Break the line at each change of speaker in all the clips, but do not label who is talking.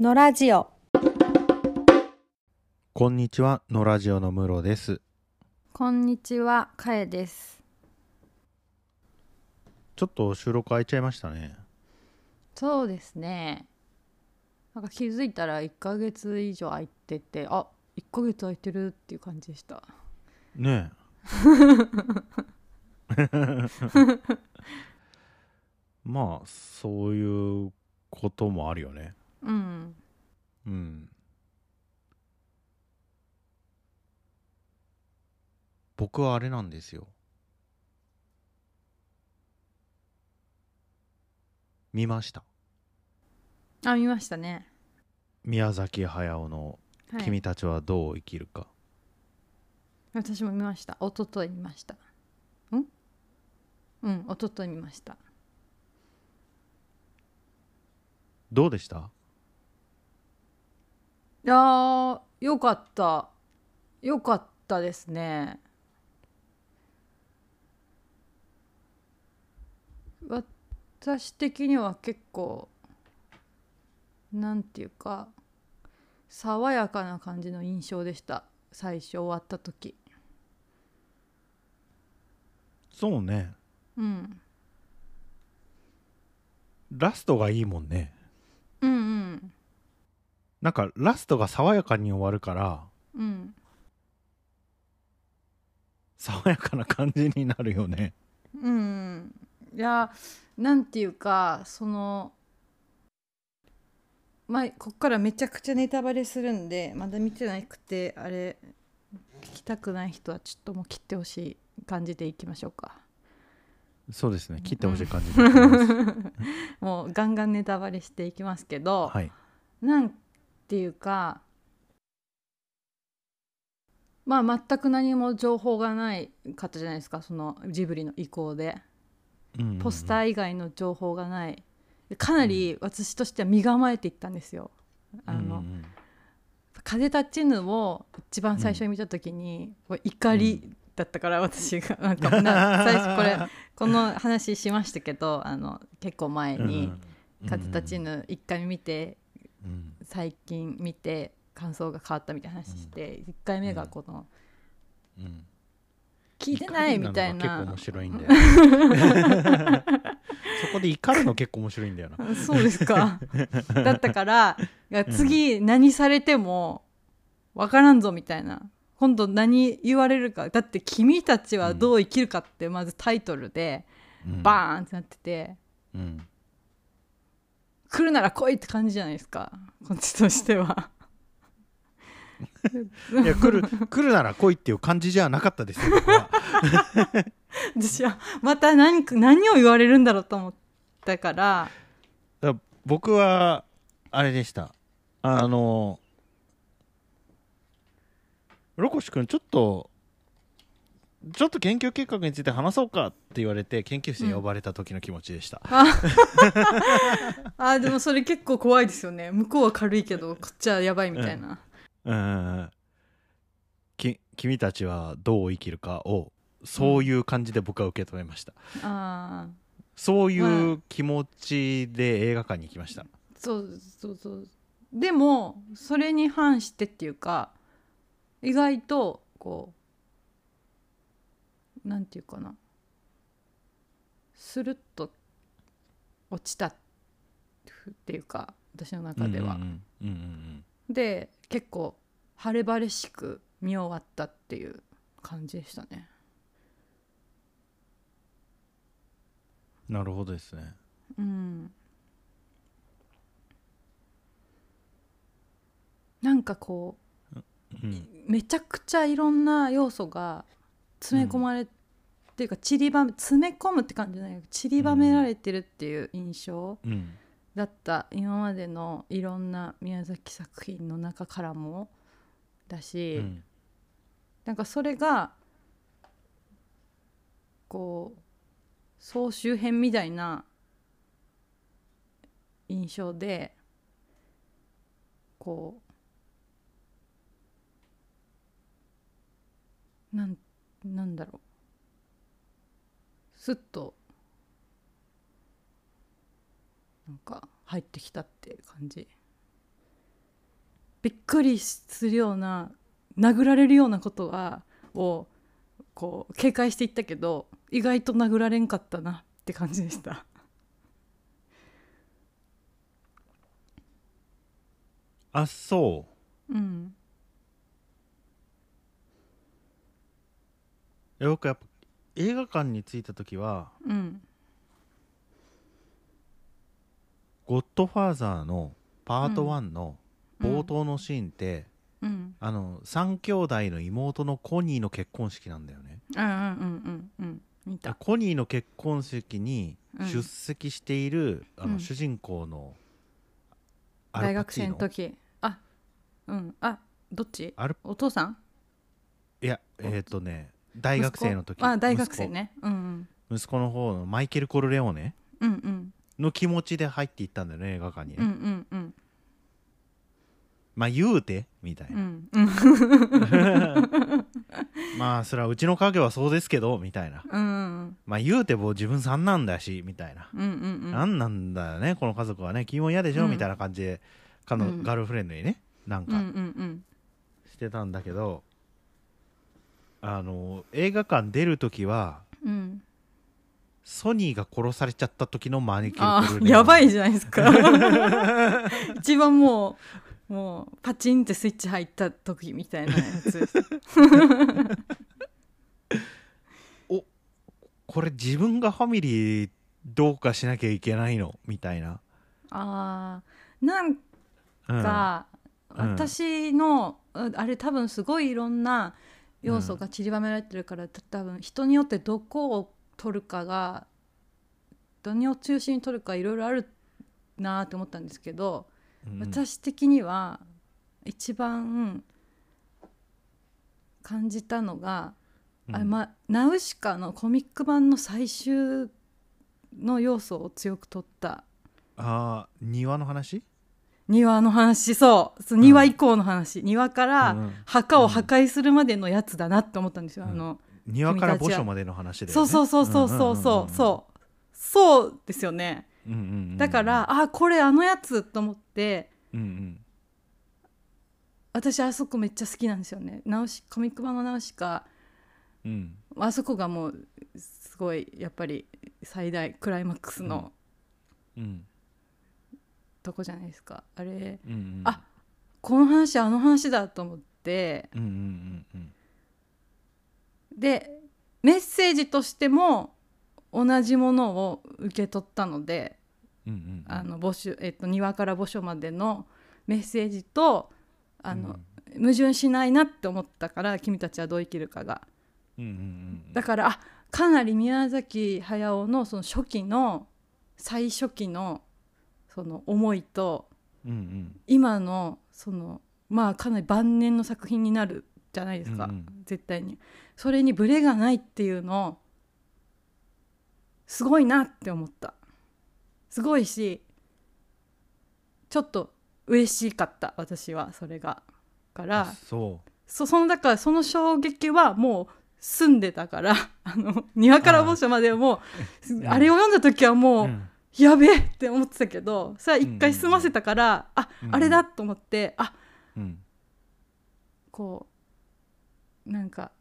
のラジオ
こんにちは、のラジオのムロです。
こんにちはかえです
ちょっと収録空いちゃいましたね。
そうですねなんか気づいたら1ヶ月以上空いててあ1ヶ月空いてるっていう感じでした
ねえ。まあ、そういうこともあるよね。
うん
うん。僕はあれなんですよ。見ました。
あ見ましたね
宮崎駿の
は
「
い
君たちはどう生きるか」
私も見ました一昨日見ましたんうん一昨日見ました
どうでした
いやーよかったよかったですね私的には結構なんていうか爽やかな感じの印象でした最初終わった時
そうね。
うん
ラストがいいもんね
うんうん
なんかラストが爽やかに終わるから
うん
爽やかな感じになるよね
うんいやなんていうかそのまあこっからめちゃくちゃネタバレするんでまだ見てなくてあれ聞きたくない人はちょっともう切ってほしい感じでいきましょうか
そうですね切ってほしい感じになります、
もうガンガンネタバレしていきますけど、
はい
なんていうかまあ全く何も情報がない方じゃないですかそのジブリの意向で。
うんうんうん
ポスター以外の情報がないかなり私としては身構えていったんですよ。あの
うんうん
風立ちぬを一番最初に見た時に、これ怒りだったから私がなんかな 最初これこの話しましたけどあの結構前に「風立ち、ぬ」一回見て
うんうんうん
最近見て感想が変わったみたいな話して1回目がこの
うんうん
「聞いてない」みたい
怒り
な
のが結構面白いんだよね そこで怒るの結構面白いんだよな
うんそうです か。だったから、いや次何されても分からんぞみたいな。今度何言われるか。だって君たちはどう生きるかってまずタイトルで
ーン、
バーンってなってて、
うん
来るなら来いって感じじゃないですか。こっちとしては。
いや来る来るなら来いっていう感じじゃなかったですよ僕は
私はまた何か何を言われるんだろうと思ったから、
だから僕はあれでしたあのロコシ君ちょっとちょっと研究計画について話そうかって言われて研究室に呼ばれた時の気持ちでした、
あーでもそれ結構怖いですよね。向こうは軽いけど、こっちはやばいみたいな。
うんうんうんき君たちはどう生きるかをそういう感じで僕は受け止めました、
ああ。
そういう気持ちで映画館に行きました、
そうそうそうでもそれに反してっていうか意外とこうなんていうかなスルッと落ちたっていうか私の中では、
うんうんうん
で結構晴れ晴れしく見終わったっていう感じでしたね
うんなるほどですね
うんなんかこう
うん
めちゃくちゃいろんな要素が詰め込まれ、っていうか散りばめ詰め込むって感じじゃないけど散りばめられてるっていう印象
うん
だった、今までのいろんな宮崎作品の中からもだし、
うん
なんかそれがこう総集編みたいな印象でこうなんなんだろうすっとなんか入ってきたって感じびっくりするような殴られるようなことはをこう警戒していったけど意外と殴られんかったなって感じでした。
あそ
うん、
うよくやっぱ映画館に着いた時は
うん、
「ゴッドファーザー」のパート
うん
1の冒頭のシーンって、
うん、
あの3兄弟の妹のコニーの結婚式なんだよね
うん、うん、うん、うん、うん、見た。
コニーの結婚式に
うん
出席している、あ
う
の
ん
主人公のア
大
ルパ
学
チー
生
ノ
の時。あ、うん、あ、どっち？
アル
お父さん？
いやえっ、とね大学生の時
息子あ、大学生ね。うん、
息子息子の方のマイケル・コルレオーネ
うん、うん、
の気持ちで入っていったんだよね映画館にね、
うん、うん、うん、
まあ言うてみたいな、
うん、うん、
まあそれはうちの家業はそうですけどみたいな
うん、うん、
まあ言うてもう自分三なんだしみたいな、
うん、うん、うん、
なんなんだよねこの家族はね君も嫌でしょ、
うん
みたいな感じで彼の、
うん
ガールフレンドにねな
う
ん
ん、う
か
ん、
してたんだけど、あの映画館出る時は
うん。
ソニーが殺されちゃった時のマネキン
あ
ル
ーやばいじゃないです か一番もうもうパチンってスイッチ入った時みたいなやつ です
これ自分がファミリーどうかしなきゃいけないのみたいな、
あーなん
うん
か、
うん
私のああれ多分すごいいろんな要素が散りばめられてるから、た多分人によってどこを取るかが何を中心に取るかいろいろあるなーって思ったんですけど、
うん
私的には一番感じたのが、あれま、ナウシカのコミック版の最終の要素を強く取った
あー庭の話
庭の話そうそう
うん
庭以降の話、庭か
う
ら
ん
墓を破壊するまでのやつだなって思ったんですよ、
うん
あの
庭から墓所までの話で、ね、
そうそうそうそうそうそうそうそうですよね
うんうんうんうん、うんうんうん
だから、、あこれあのやつと思って
うんうん、
私あそこめっちゃ好きなんですよねナウシコミック版のナウシカ
うん
あそこがもうすごいやっぱり最大クライマックスの
うん
とこじゃないですか、あれ
うんうん、
あこの話あの話だと思って
うんうんうんうん
でメッセージとしても同じものを受け取ったので
うんうんうん
あの墓所、えっと、庭から墓所までのメッセージとあの、矛盾しないなって思ったから君たちはどう生きるかが。
うんうんうん
だからあかなり宮崎駿のその初期の最初期のその思いと
うんうん
今のそのまあかなり晩年の作品になるじゃないですか、
うんうん
絶対にそれにブレがないっていうのすごいなって思ったすごいしちょっと嬉しかった私はそれがから
あそ
そそのだからその衝撃はもう住んでたから あの庭から墓所までも
う
あれを読んだ時は
う
もう、
うん
やべえって思ってたけどそれは一回済ませたから、
うんうん
ああれだと思って、あ
うん
こうなんか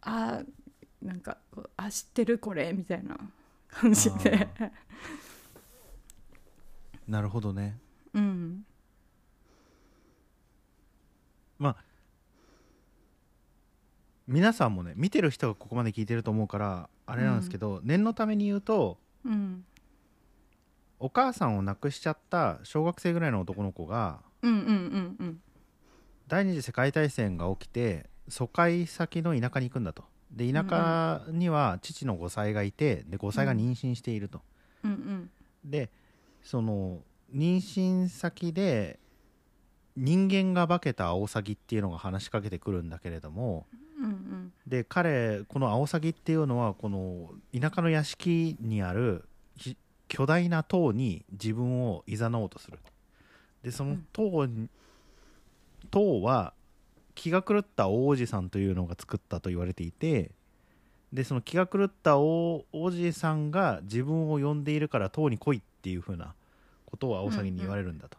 あーなんかこうあ知ってるこれみたいな感じで
なるほどね
うん
まあ皆さんもね見てる人がここまで聞いてると思うからあれなんですけど、念のために言うと
うん
お母さんを亡くしちゃった小学生ぐらいの男の子が
うんうんうんうん
第二次世界大戦が起きて疎開先の田舎に行くんだとで田舎には父の5歳がいてで5歳が妊娠していると、
うんうん
でその妊娠先で人間が化けたアオサギっていうのが話しかけてくるんだけれども
うんうん
で彼このアオサギっていうのはこの田舎の屋敷にあるひ巨大な塔に自分をいざなおうとするでその塔に、塔は気が狂った大おじさんというのが作ったと言われていてでその気が狂った大おじさんが自分を呼んでいるから塔に来いっていうふうなことをアオサギに言われるんだと、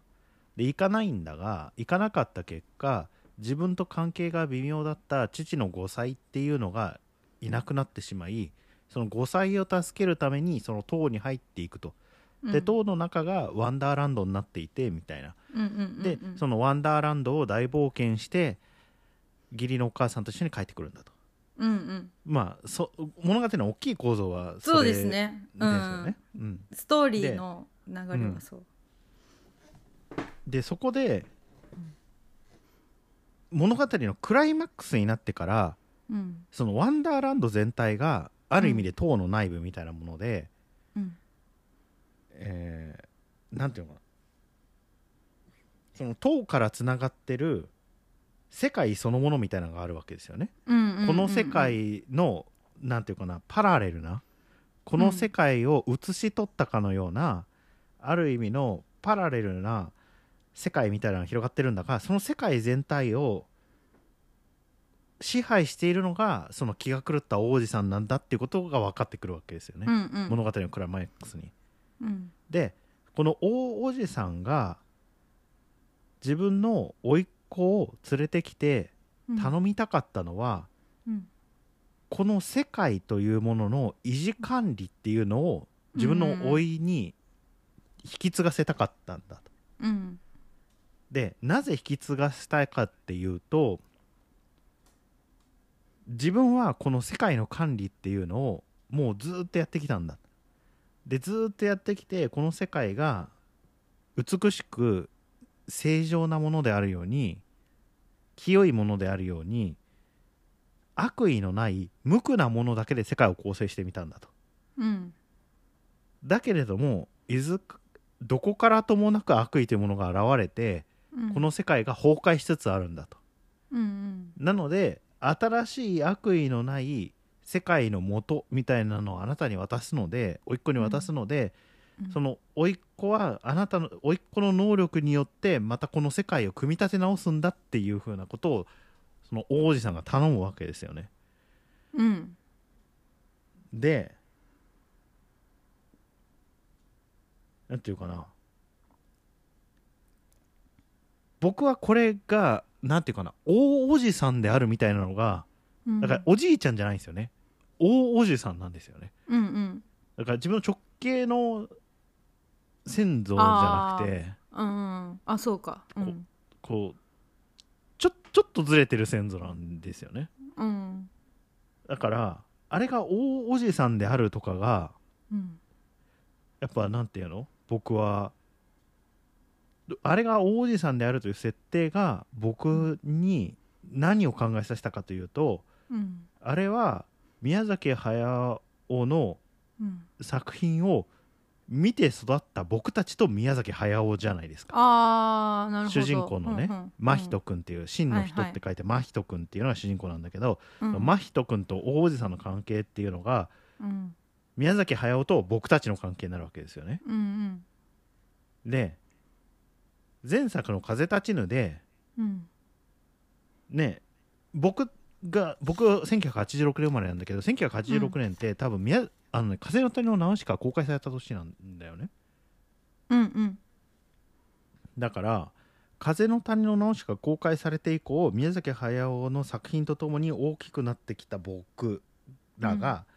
で行かないんだが行かなかった結果自分と関係が微妙だった父の5歳っていうのがいなくなってしまいその5歳を助けるためにその塔に入っていくと。で
うん
塔の中がワンダーランドになっていてみたいな。
うんうんうんうん
でそのワンダーランドを大冒険して義理のお母さんと一緒に帰ってくるんだと。
うんうん
まあそ物語の大きい構造はれ
そうですね
です
う
よ
ん
ね。うん
ストーリーの流れはそう
でそこで物語のクライマックスになってから
うん
そのワンダーランド全体がある意味で塔の内部みたいなもので、
うん
えーなんていうのかなその塔からつながってる世界そのものみたいなのがあるわけですよね。
うんうんうんうん
この世界のなんていうかなパラレルなこの世界を映し取ったかのような、ある意味のパラレルな世界みたいなのが広がってるんだがその世界全体を支配しているのがその気が狂った王子さんなんだっていうことが分かってくるわけですよね、
うんうん
物語のクライマックスに。
うん
でこの大おじさんが自分の甥っ子を連れてきて
うん
頼みたかったのは、
うん
この世界というものの維持管理っていうのを自分の老いに引き継がせたかったんだと。
うん
でなぜ引き継がせたいかっていうと自分はこの世界の管理っていうのをもうずーっとやってきたんだ。でずーっとやってきてこの世界が美しく正常なものであるように清いものであるように悪意のない無垢なものだけで世界を構成してみたんだと。
うん
だけれどもいずどこからともなく悪意というものが現れて
うん
この世界が崩壊しつつあるんだと。
うんうん
なので新しい悪意のない世界の元みたいなのをあなたに渡すので甥っ子に渡すので、
うん
その甥っ子はあなたの甥っ子の能力によってまたこの世界を組み立て直すんだっていうふうなことをその王子さんが頼むわけですよね。
うん
でなんていうかな僕はこれがなんていうかな大おじさんであるみたいなのが
うん
だからおじいちゃんじゃないんですよね大おじさんなんですよね
うんうん
だから自分の直系の先祖じゃなくて
うんうんあそうかうん
こうちょちょっとずれてる先祖なんですよね
うん
だからあれが大おじさんであるとかが
うん
やっぱなんていうの僕はどあれが大おじさんであるという設定が僕に何を考えさせたかというと
うん
あれは宮崎駿の
うん
作品を見て育った僕たちと宮崎駿じゃないですか
あーなるほど
主人公のね、
うんうん
真人君っていう真の人
はい
っ
はい
て書いて真人君っていうのが主人公なんだけど、
うん
真人君と大おじさんの関係っていうのが
うん
宮崎駿と僕たちの関係になるわけですよね。
うんうん
で前作の「風立ちぬで
うん」
ね僕が僕1986年生まれなんだけど1986年って多分宮、あのね、風の谷のナウシカが公開された年なんだよね。
うんうん
だから「風の谷のナウシカ」が公開されて以降宮崎駿の作品とともに大きくなってきた僕らが、
うん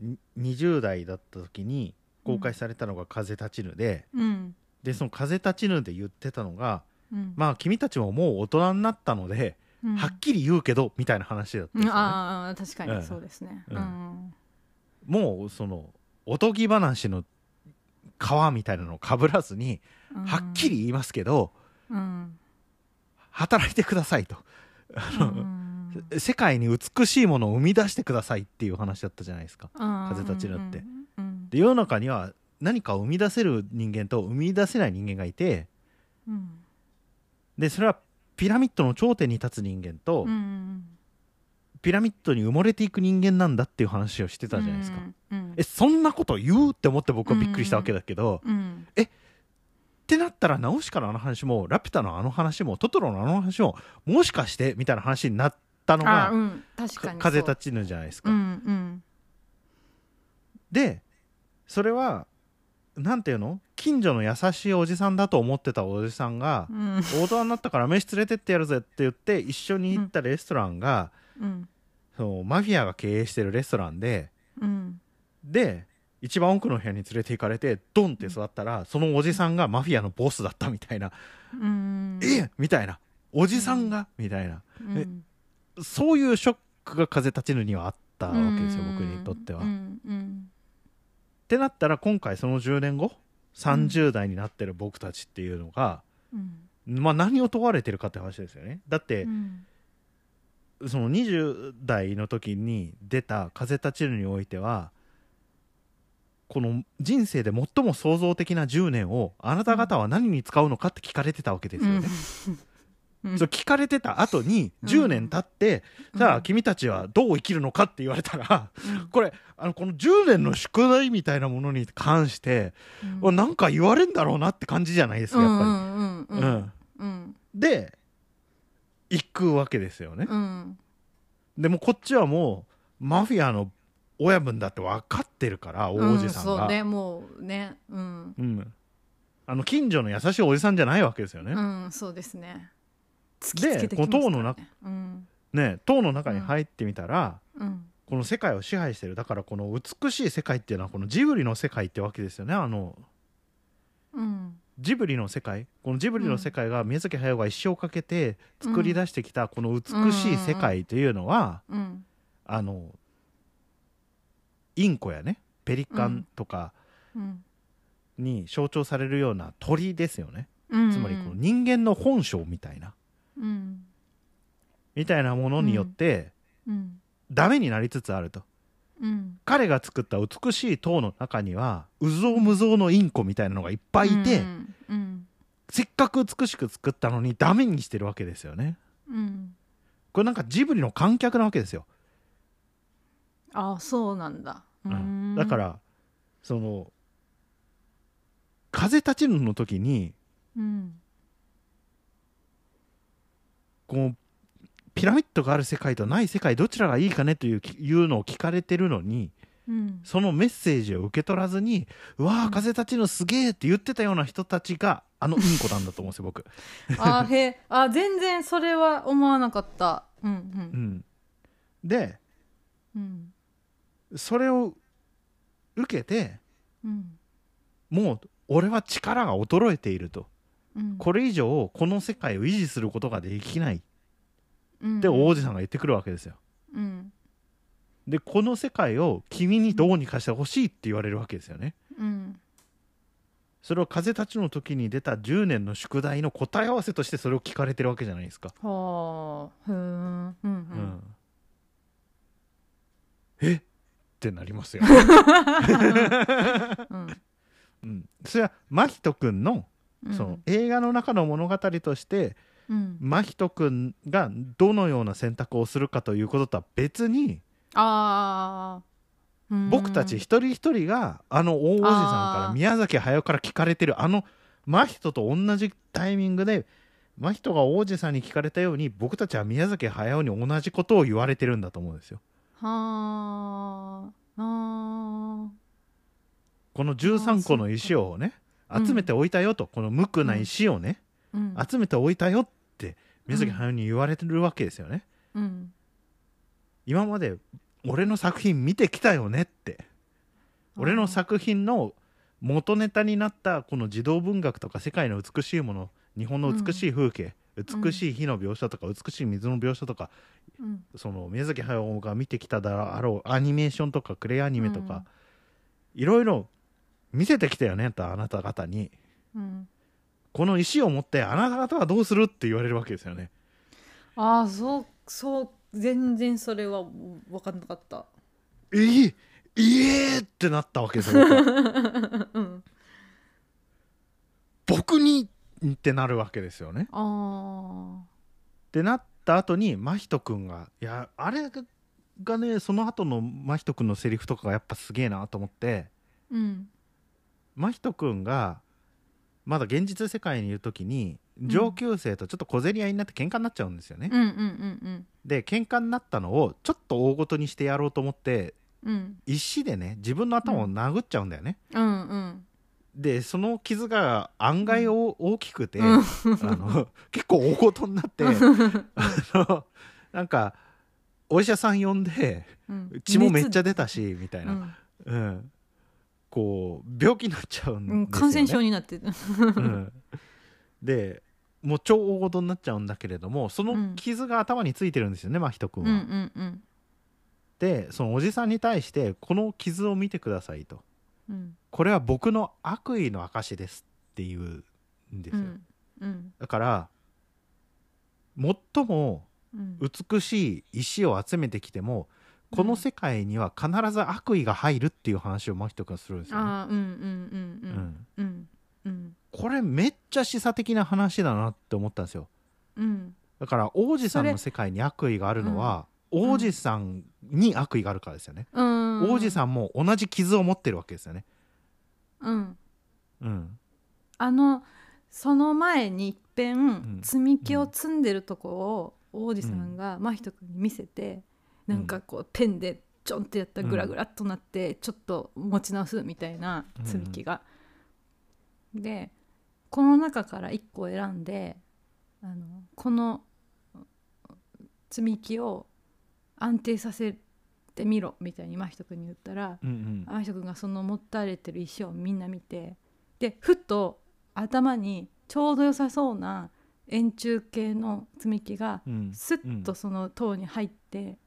に20代だった時に公開されたのが「風立ちぬで」
うん
でその「風立ちぬ」で言ってたのが
うん
「まあ君たちももう大人になったので、
うん
はっきり言うけど」みたいな話だったん
うん
ですよね、
ああ確か
うん
にそうですね
うん
うん
もうそのおとぎ話の皮みたいなのをかぶらずに、
うん
はっきり言いますけど
うん
働いてくださいと。
うん
世界に美しいものを生み出してくださいっていう話だったじゃないですか。風立ちぬって
うん
で世の中には何かを生み出せる人間と生み出せない人間がいて
うん
でそれはピラミッドの頂点に立つ人間と、
うん
ピラミッドに埋もれていく人間なんだっていう話をしてたじゃないですか。
うん
えそんなこと言うって思って僕はびっくりしたわけだけど、っ
うん
てなったらナウシカのあの話もラピュタのあの話もトトロのあの話ももしかしてみたいな話になったの
あ
が、
うん確か
か
に
風立
ち
ちぬじゃないですか。
うんうん
でそれはなんていうの近所の優しいおじさんだと思ってたおじさんが
う、ん
大人になったから飯連れてってやるぜって言って一緒に行ったレストランが、
うん
そのマフィアが経営してるレストランで
うん
で一番奥の部屋に連れて行かれてドンって座ったら、そのおじさんがマフィアのボスだったみたいな
うん
「えみたいな「おじさんが?」みたいな
うん
えそういうショックが風立ちぬにはあったわけですよ僕にとっては。
う
っ
んうん
てなったら今回その10年後30代になってる僕たちっていうのが、
うん
まあ、何を問われてるかって話ですよね。だって、
うん
その20代の時に出た「風立ちぬ」においてはこの人生で最も創造的な10年をあなた方は何に使うのかって聞かれてたわけですよね。
うんうん
それ聞かれてた後に10年経って、
うん
じゃあ君たちはどう生きるのかって言われたら、
うん
これあのこの10年の宿題みたいなものに関して、
うん
うわなんか言われんだろうなって感じじゃないですかやっぱ
う
り。
んうんうんう
うんん
うん
で行くわけですよね。
うん
でもこっちはもうマフィアの親分だって分かってるから
う
大
ん
じさん
そ
が、
う
うん
ねもうねうん
あの近所の優しいおじさんじゃないわけですよね、
うんそうですね突き
で
つけてきますからね
この塔の中
うん
ね塔の中に入ってみたら、
うん
この世界を支配してるだからこの美しい世界っていうのはこのジブリの世界ってわけですよねあの
うん
ジブリの世界このジブリの世界が宮崎駿が一生かけて作り出してきたこの美しい世界というのは、
うん
あのインコやねペリカンとか、
うん
に象徴されるような鳥ですよね、
うん
つまりこの人間の本性みたいな
うん
みたいなものによって
うん
ダメになりつつあると
うん
彼が作った美しい塔の中にはうぞうむぞうのインコみたいなのがいっぱいいて、
うんうん
せっかく美しく作ったのにダメにしてるわけですよね
うん
これなんかジブリの観客なわけですよ、
ああそうなんだう
う
ん
んだからその「風立ちぬ」の時に
うん
このピラミッドがある世界とない世界どちらがいいかねといういうのを聞かれてるのに
うん
そのメッセージを受け取らずに「う
う
わー
ん
風立ちぬすげえ!」って言ってたような人たちがあのインコなんだと思うんですよ 僕。
あーへえあー全然それは思わなかったうん
う
うん
ん、で
うん
それを受けて
うん
もう俺は力が衰えていると
うん
これ以上この世界を維持することができないっ
うん
て王子さんが言ってくるわけですよ。
うん
でこの世界を君にどうにかしてほしいって言われるわけですよね。
うん
それを風立ちの時に出た10年の宿題の答え合わせとしてそれを聞かれてるわけじゃないですか。
はあへえうんう
うんんえってなりますよ。
うん
うん、それは真人君の
うん
その映画の中の物語として、
うん
真人君がどのような選択をするかということとは別に、
ああ
僕たち一人一人があの大おじさんか
あ
ら
ー
宮崎駿から聞かれてるあの真人と同じタイミングで真人が王子さんに聞かれたように僕たちは宮崎駿に同じことを言われてるんだと思うんですよ。
はああ
この13個の石をね
そうか
集めておいたよと、この無垢な石をね、
うん
集めておいたよって水木
うん
駿に言われてるわけですよね、
うん
今まで俺の作品見てきたよねって俺の作品の元ネタになったこの児童文学とか世界の美しいもの日本の美しい風景、
ん
美しい火の描写とか美しい水の描写とか
うん
その宮崎駿が見てきただろうアニメーションとかクレイアニメとか、いろいろ見せてきたよねとあなた方に
うん
この石を持ってあなた方はどうするって言われるわけですよね。
ああそうそう全然それは分かんなかった
ええいえってなったわけですよ僕は
うん
僕にってなるわけですよね。
あ
ってなった後に真人君がいやあれがねその後の真人君のセリフとかがやっぱすげえなと思って
ーうん
真人君がまだ現実世界にいる時に上級生とちょっと小競り合いになって喧嘩になっちゃうんですよね。
うんうんうん
で喧嘩になったのをちょっと大ごとにしてやろうと思って
うんうん
石でね自分の頭を殴っちゃうんだよね。
うんうん
でその傷が案外お大きくて、
うん
あの結構大事になってあのなんかお医者さん呼んで
うん
血もめっちゃ出たしみたい
熱
な、うんこう病気になっちゃうんです
う
よ、
ん、
ね
うん感染症になってる
うんでもう超大事になっちゃうんだけれどもその傷が頭についてるんですよね、真人君
うん
は。
うんうん
でそのおじさんに対して「この傷を見てください」と
うん
「これは僕の悪意の証です」って言うんです
う
よ、
んうん
だから最も
うん
美しい石を集めてきてもこの世界には必ず悪意が入るっていう話を真人君はするんですよ、ね
あーうんうんう
うんん、
うんうんうん
これめっちゃ示唆的な話だなって思ったんですよ
うん
だから王子さんの世界に悪意があるのは、
ん
王子さんに悪意があるからですよね、
うん
王子さんも同じ傷を持ってるわけですよね
うん
うん
あのその前にいっぺ
ん
ん積み木を積んでるとこを王子さんが真人君に見せて、
うん
なんかこうペンでちょんってやったらグラグラっとなってちょっと持ち直すみたいな積み木が。でこの中から1個選んであのこの積み木を安定させてみろみたいに真人君に言ったら
うんうん
天く君がその持たれてる石をみんな見てでふと頭にちょうど良さそうな円柱形の積み木が
うん
スッとその塔に入って、
うん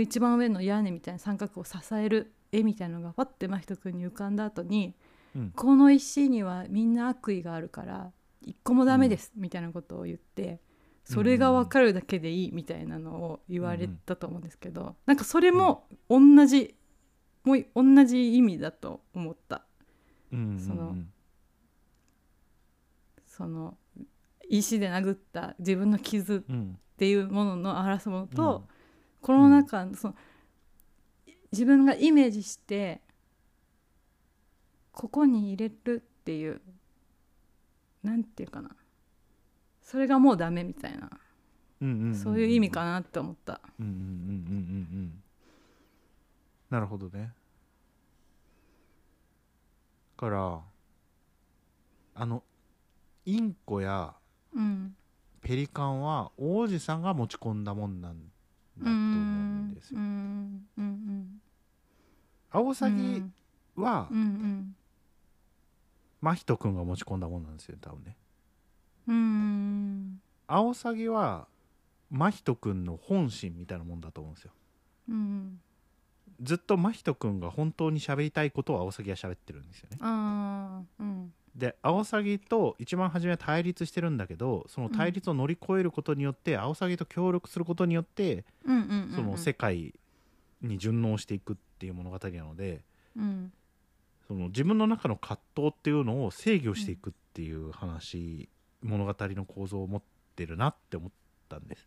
一番上の屋根みたいな三角を支える絵みたいのがパッて真人君に浮かんだ後に、
うん
この石にはみんな悪意があるから一個もダメですみたいなことを言って。それが分かるだけでいいみたいなのを言われたと思うんですけど、なんかそれも同じ、もう同じ意味だと思った
うんうん
その
うん
その石で殴った自分の傷っ
うん
ていうものの表すものと、
うん
この中のその自分がイメージしてここに入れるっていうなんていうかなそれがもうダメみたいな、
うんんん
そういう意味かなって思った。
うんうんうんうんうんうんなるほどねだからあのインコや
うん
ペリカンは王子さんが持ち込んだもんなんだと思うんですよ
う。んうんうん
アオサ
う
ギ
ん
は
うん
真人君が持ち込んだもんなんですよ多分ね。
うんうん
アオサギは真人君の本心みたいなもんだと思うんですよ。
うん
ずっと真人君が本当に喋りたいことをアオサギは喋ってるんですよね。
あーうん
でアオサギと一番初めは対立してるんだけどその対立を乗り越えることによって、アオサギと協力することによって
うんうんうんうん
その世界に順応していくっていう物語なので
うん
その自分の中の葛藤っていうのを制御していくっていう話、物語の構造を持ってるなって思ったんです。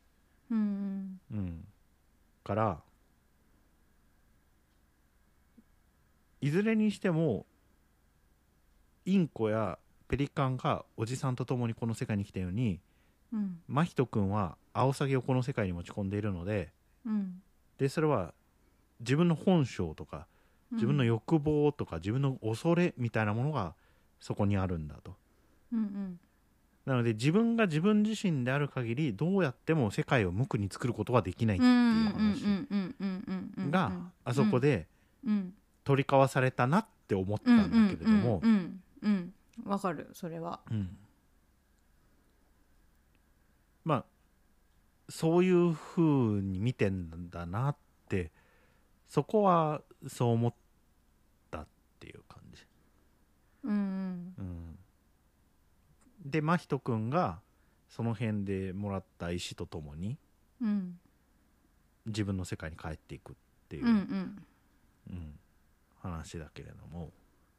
うん
うん、からいずれにしてもインコやペリカンがおじさんと共にこの世界に来たように
うん
真人君はアオサギをこの世界に持ち込んでいるので
うん
でそれは自分の本性とか自分の欲望とか自分の恐れみたいなものがそこにあるんだと。
うんうん
なので自分が自分自身である限りどうやっても世界を無垢に作ることはできないっていう話
話
があそこで
うん
取り交わされたなって思った
うん
んだけれども
う、んうんうんわかるそれは
うんまあそういうふうに見てんだなってそこはそう思ったっていう感じ。
うん
うん、で真人君がその辺でもらった石とともに
うん
自分の世界に帰っていくってい
う
う、
んうん
うん話だけれども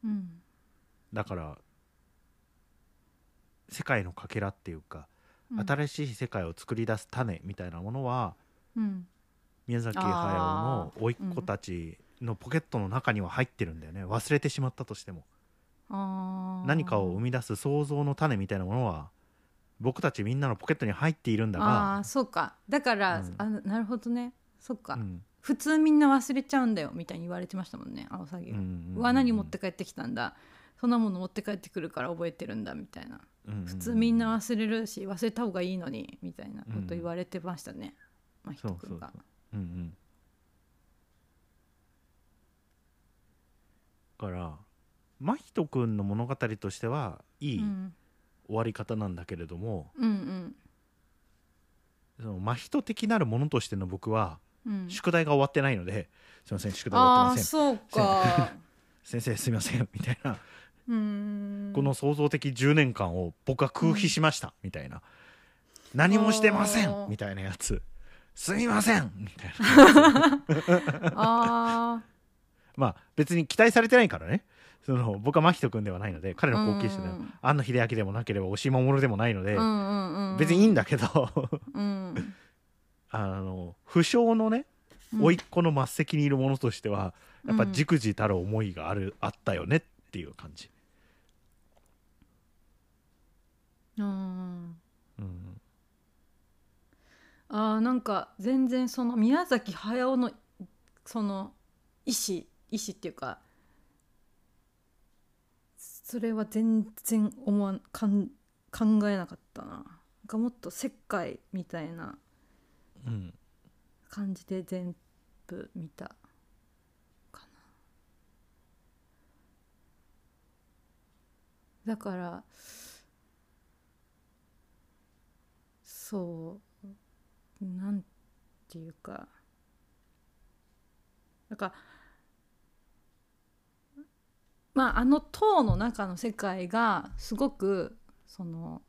うん
だから世界のかけらっていうか
うん
新しい世界を作り出す種みたいなものは
うん
宮崎駿の甥っ子たちのポケットの中には入ってるんだよね忘れてしまったとしても
あー
何かを生み出す創造の種みたいなものは僕たちみんなのポケットに入っているんだ
あ
が
あー、そうかだから、
うん
あなるほどねそっか、
うん
普通みんな忘れちゃうんだよみたいに言われてましたもんねアオサギ
うんうんうん
うわ何持って帰ってきたんだそんなもの持って帰ってくるから覚えてるんだみたいな
うん
普通みんな忘れるし忘れた方がいいのにみたいなこと言われてましたね、まあひ
そう
と
そうそ
く
うん
が
うんうんだから真人君の物語としてはいい
うん
終わり方なんだけれども、
うんうん
その真人的なるものとしての僕は
うん
宿題が終わってないので、すいません宿題終わ
あ
ってま
あ
せん
そう か
先生すいませんみたいな、
うーん
この創造的10年間を僕は空費しました、みたいな何もしてませ
あー
んみたいなやつすみませんみたいな
あ
まあ別に期待されてないからねその僕は真人君ではないので彼
あ
の後継者では
うん
庵野秀明でもなければ押井守でもないので、
うんうんうん
別にいいんだけど
うん
あの不詳のね
うん
甥っ子の末席にいるものとしては、やっぱ
うん
じくじたる思いがあるあったよねっていう感じ、
うん
うん
あーなんか全然その宮崎駿のその意思意思っていうかそれは全然思わんかん考えなかったななんかもっと石灰みたいな
うん、
感じで全部見たかなだからそうなんていうかなんかまああの塔の中の世界がすごくその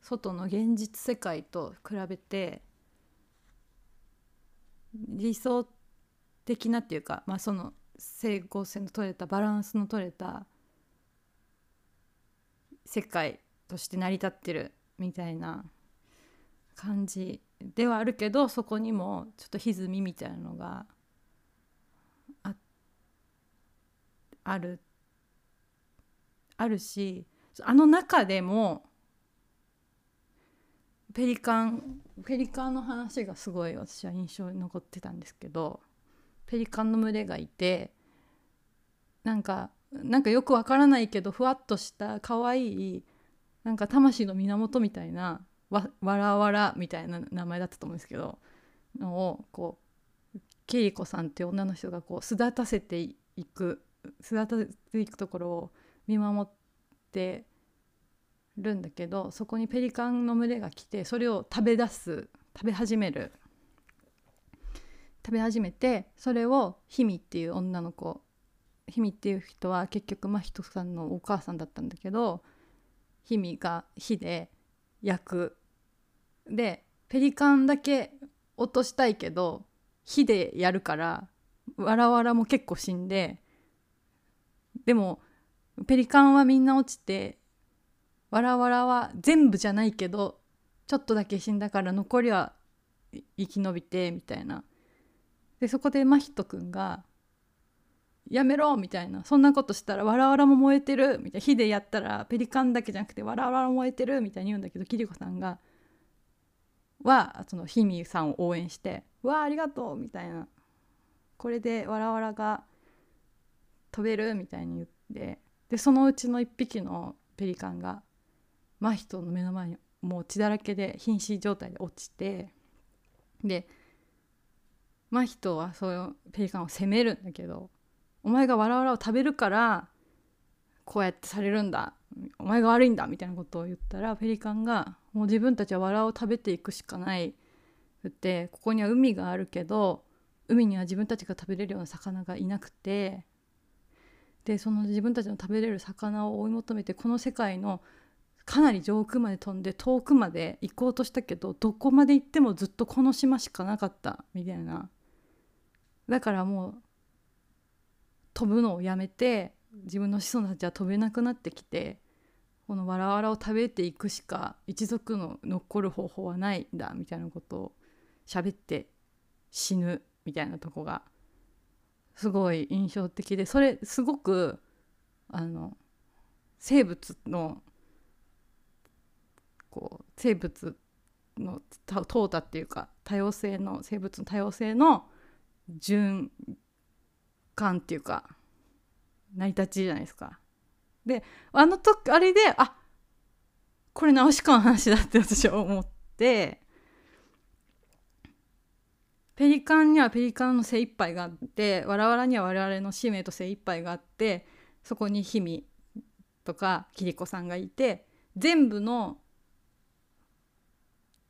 外の現実世界と比べて理想的なっていうか、まあ、その整合性の取れたバランスの取れた世界として成り立ってるみたいな感じではあるけどそこにもちょっと歪みみたいなのがああるあるしあの中でもペリカンペリカンの話がすごい私は印象に残ってたんですけどペリカンの群れがいてなんかなんかよくわからないけどふわっとした可愛いなんか魂の源みたいなわわらわらみたいな名前だったと思うんですけどのをこうケイコさんっていう女の人がこう巣立たせていく巣立たせていくところを見守ってるんだけどそこにペリカンの群れが来てそれを食べ出す食べ始める食べ始めてそれをヒミっていう女の子ヒミっていう人は結局真人さんのお母さんだったんだけどヒミが火で焼くでペリカンだけ落としたいけど火でやるからわらわらも結構死んででもペリカンはみんな落ちてわらわらは全部じゃないけどちょっとだけ死んだから残りはい生き延びてみたいなでそこで真人くんが「やめろ!」みたいな「そんなことしたらわらわらも燃えてる」みたいな「火でやったらペリカンだけじゃなくてわらわらも燃えてる」みたいに言うんだけどキリコさんがはそのひみさんを応援して「わあありがとう」みたいなこれでわらわらが飛べるみたいに言ってでそのうちの1匹のペリカンが真人の目の前にもう血だらけで瀕死状態で落ちてで真人はそのペリカンを責めるんだけど「お前がわらわらを食べるからこうやってされるんだお前が悪いんだ」みたいなことを言ったらペリカンが「もう自分たちはわらを食べていくしかない」って「ここには海があるけど海には自分たちが食べれるような魚がいなくてでその自分たちの食べれる魚を追い求めてこの世界のかなり上空まで飛んで遠くまで行こうとしたけどどこまで行ってもずっとこの島しかなかったみたいなだからもう飛ぶのをやめて自分の子孫たちは飛べなくなってきてこのわらわらを食べていくしか一族の残る方法はないんだみたいなことを喋って死ぬみたいなとこがすごい印象的でそれすごくあの生物のこう生物のた淘汰っていうか多様性の生物の多様性の循環っていうか成り立ちじゃないですかであの時あれであこれナウシカの話だって 私は思ってペリカンにはペリカンの精一杯があってわらわらには我々の使命と精一杯があってそこに氷見とかキリコさんがいて全部の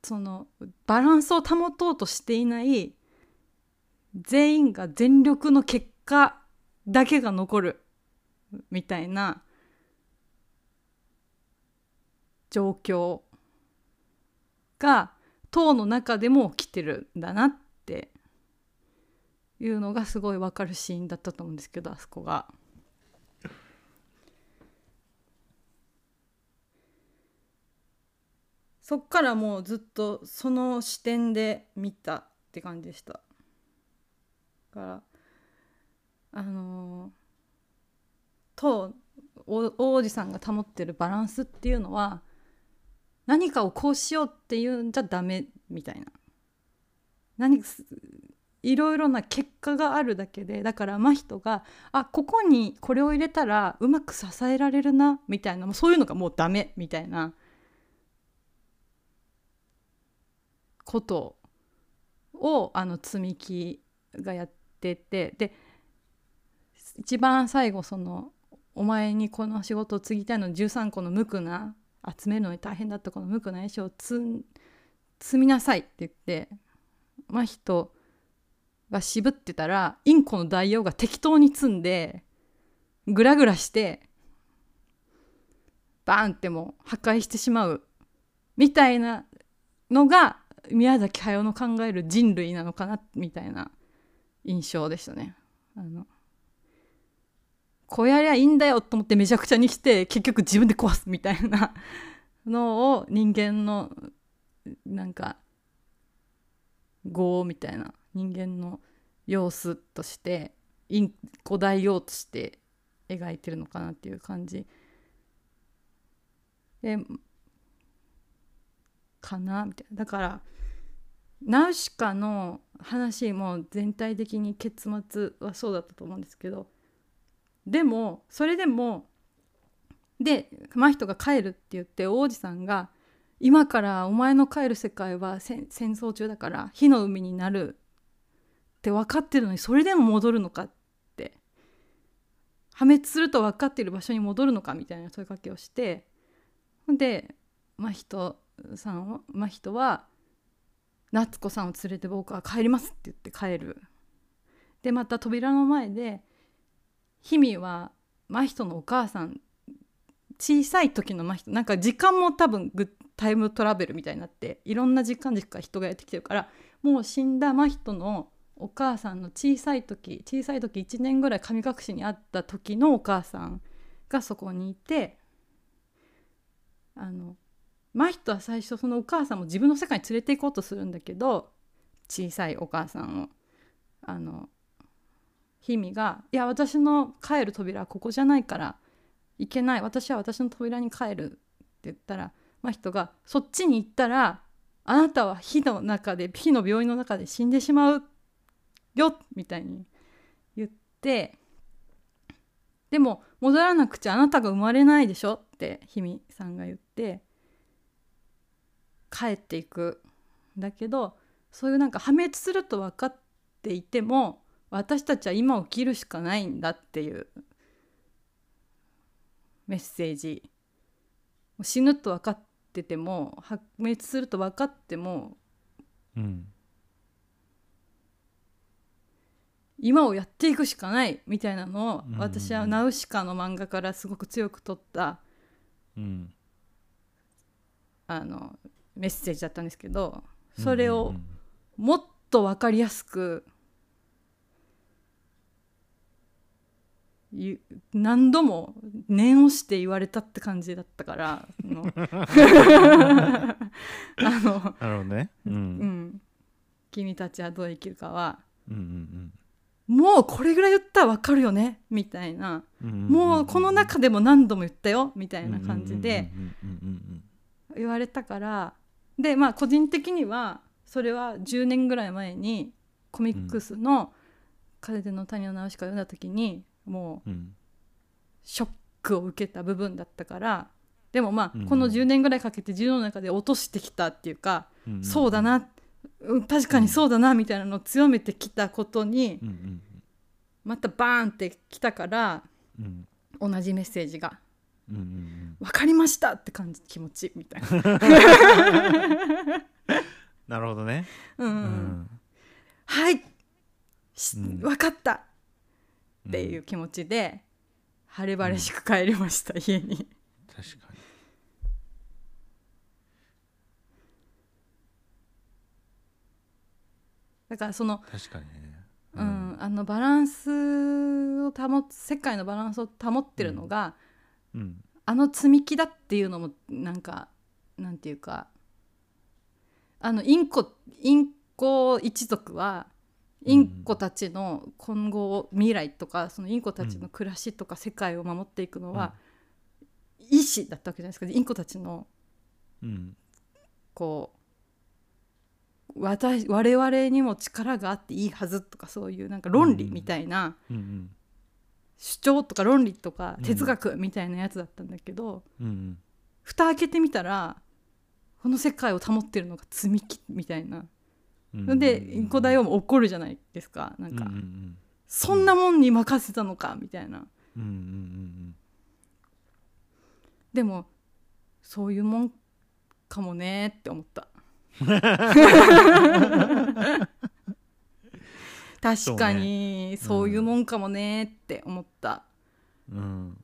そのバランスを保とうとしていない全員が全力の結果だけが残るみたいな状況が党の中でも起きてるんだなっていうのがすごい分かるシーンだったと思うんですけどあそこが。そっからもうずっとその視点で見たって感じでした。だからあのー、とお王子さんが保ってるバランスっていうのは何かをこうしようっていうんじゃダメみたいな何かすいろいろな結果があるだけでだから真人があここにこれを入れたらうまく支えられるなみたいなもうそういうのがもうダメみたいなことをあの積み木がやっててで一番最後そのお前にこの仕事を継ぎたいの13個の無垢な集めるのに大変だったこの無垢な衣装を積ん積みなさいって言って真人が渋ってたらインコの大王が適当に積んでグラグラしてバーンってもう破壊してしまうみたいなのが宮崎駿の考える人類なのかなみたいな印象でしたね。あのこうやりゃいいんだよと思ってめちゃくちゃにして結局自分で壊すみたいなのを人間のなんか業みたいな人間の様子として陰古代用として描いてるのかなっていう感じでかなみたいなだからナウシカの話も全体的に結末はそうだったと思うんですけどでもそれでもで真人が帰るって言って王子さんが「今からお前の帰る世界は戦戦争中だから火の海になる」って分かってるのにそれでも戻るのかって破滅すると分かっている場所に戻るのかみたいな問いかけをしてほんで真人さんは真人は夏子さんを連れて僕は帰りますって言って帰る。でまた扉の前で氷見は真人のお母さん小さい時の真人なんか時間も多分グッタイムトラベルみたいになっていろんな時間軸から人がやってきてるからもう死んだ真人のお母さんの小さい時小さい時1年ぐらい神隠しにあった時のお母さんがそこにいてあの真人は最初そのお母さんも自分の世界に連れて行こうとするんだけど小さいお母さんをあの氷見が「いや私の帰る扉はここじゃないから行けない私は私の扉に帰る」って言ったら真人が「そっちに行ったらあなたは火の中で火の病院の中で死んでしまうよ」みたいに言って「でも戻らなくちゃあなたが生まれないでしょ」って氷見さんが言って帰っていくんだけどそういうなんか破滅すると分かっていても私たちは今を生きるしかないんだっていうメッセージ死ぬと分かってても破滅すると分かっても
うん
今をやっていくしかないみたいなのを
うん
私はナウシカの漫画からすごく強く取った
うん
あのメッセージだったんですけどそれ
う
を
ん
もっと分かりやすくゆ何度も念をして言われたって感じだったからあの あの、
なるほどねうん
う、ん、君たちはどう生きるかは
うんうん
もうこれぐらい言ったら分かるよねみたいな、
うんうん
もうこの中でも何度も言ったよみたいな感じで。
うんうんうん
言われたからでまあ個人的にはそれは10年ぐらい前にコミックスの「風の谷のナウシカ」を読んだ時にもう
うんうん
ショックを受けた部分だったからでもまあ、
うん
この10年ぐらいかけて自分の中で落としてきたっていうか、
うんうん
そうだな、うん、確かにそうだなみたいなのを強めてきたことに、
うんうん
またバーンってきたから
うん
同じメッセージが
うんうん
「分かりました!」って感じ気持ちみた いな。
なるほどね、
う
うん
はい、し
うん
分かったっていう気持ちで、晴れ晴れしく帰りました、家に。
確かに
だからその
確かにね
うんあのバランスを保つ世界のバランスを保ってるのが、
うん
あの積み木だっていうのもなんかなんていうかあのインコインコ一族はインコたちの今後を未来とかそのインコたちの暮らしとか世界を守っていくのは、意志だったわけじゃないですかインコたちの
うん
こう私我々にも力があっていいはずとかそういうなんか論理みたいな。
うんうん
主張とか論理とか
うん
哲学みたいなやつだったんだけど、
うんうん
蓋開けてみたらこの世界を保ってるのが積み木みたいな
うん
のでインコ大王も怒るじゃないですかなんか、
うんうん
そんなもんに任せたのかみたいな
うんうんうん
でもそういうもんかもねって思った 確かにそういうもんかもねって思った、
うんうん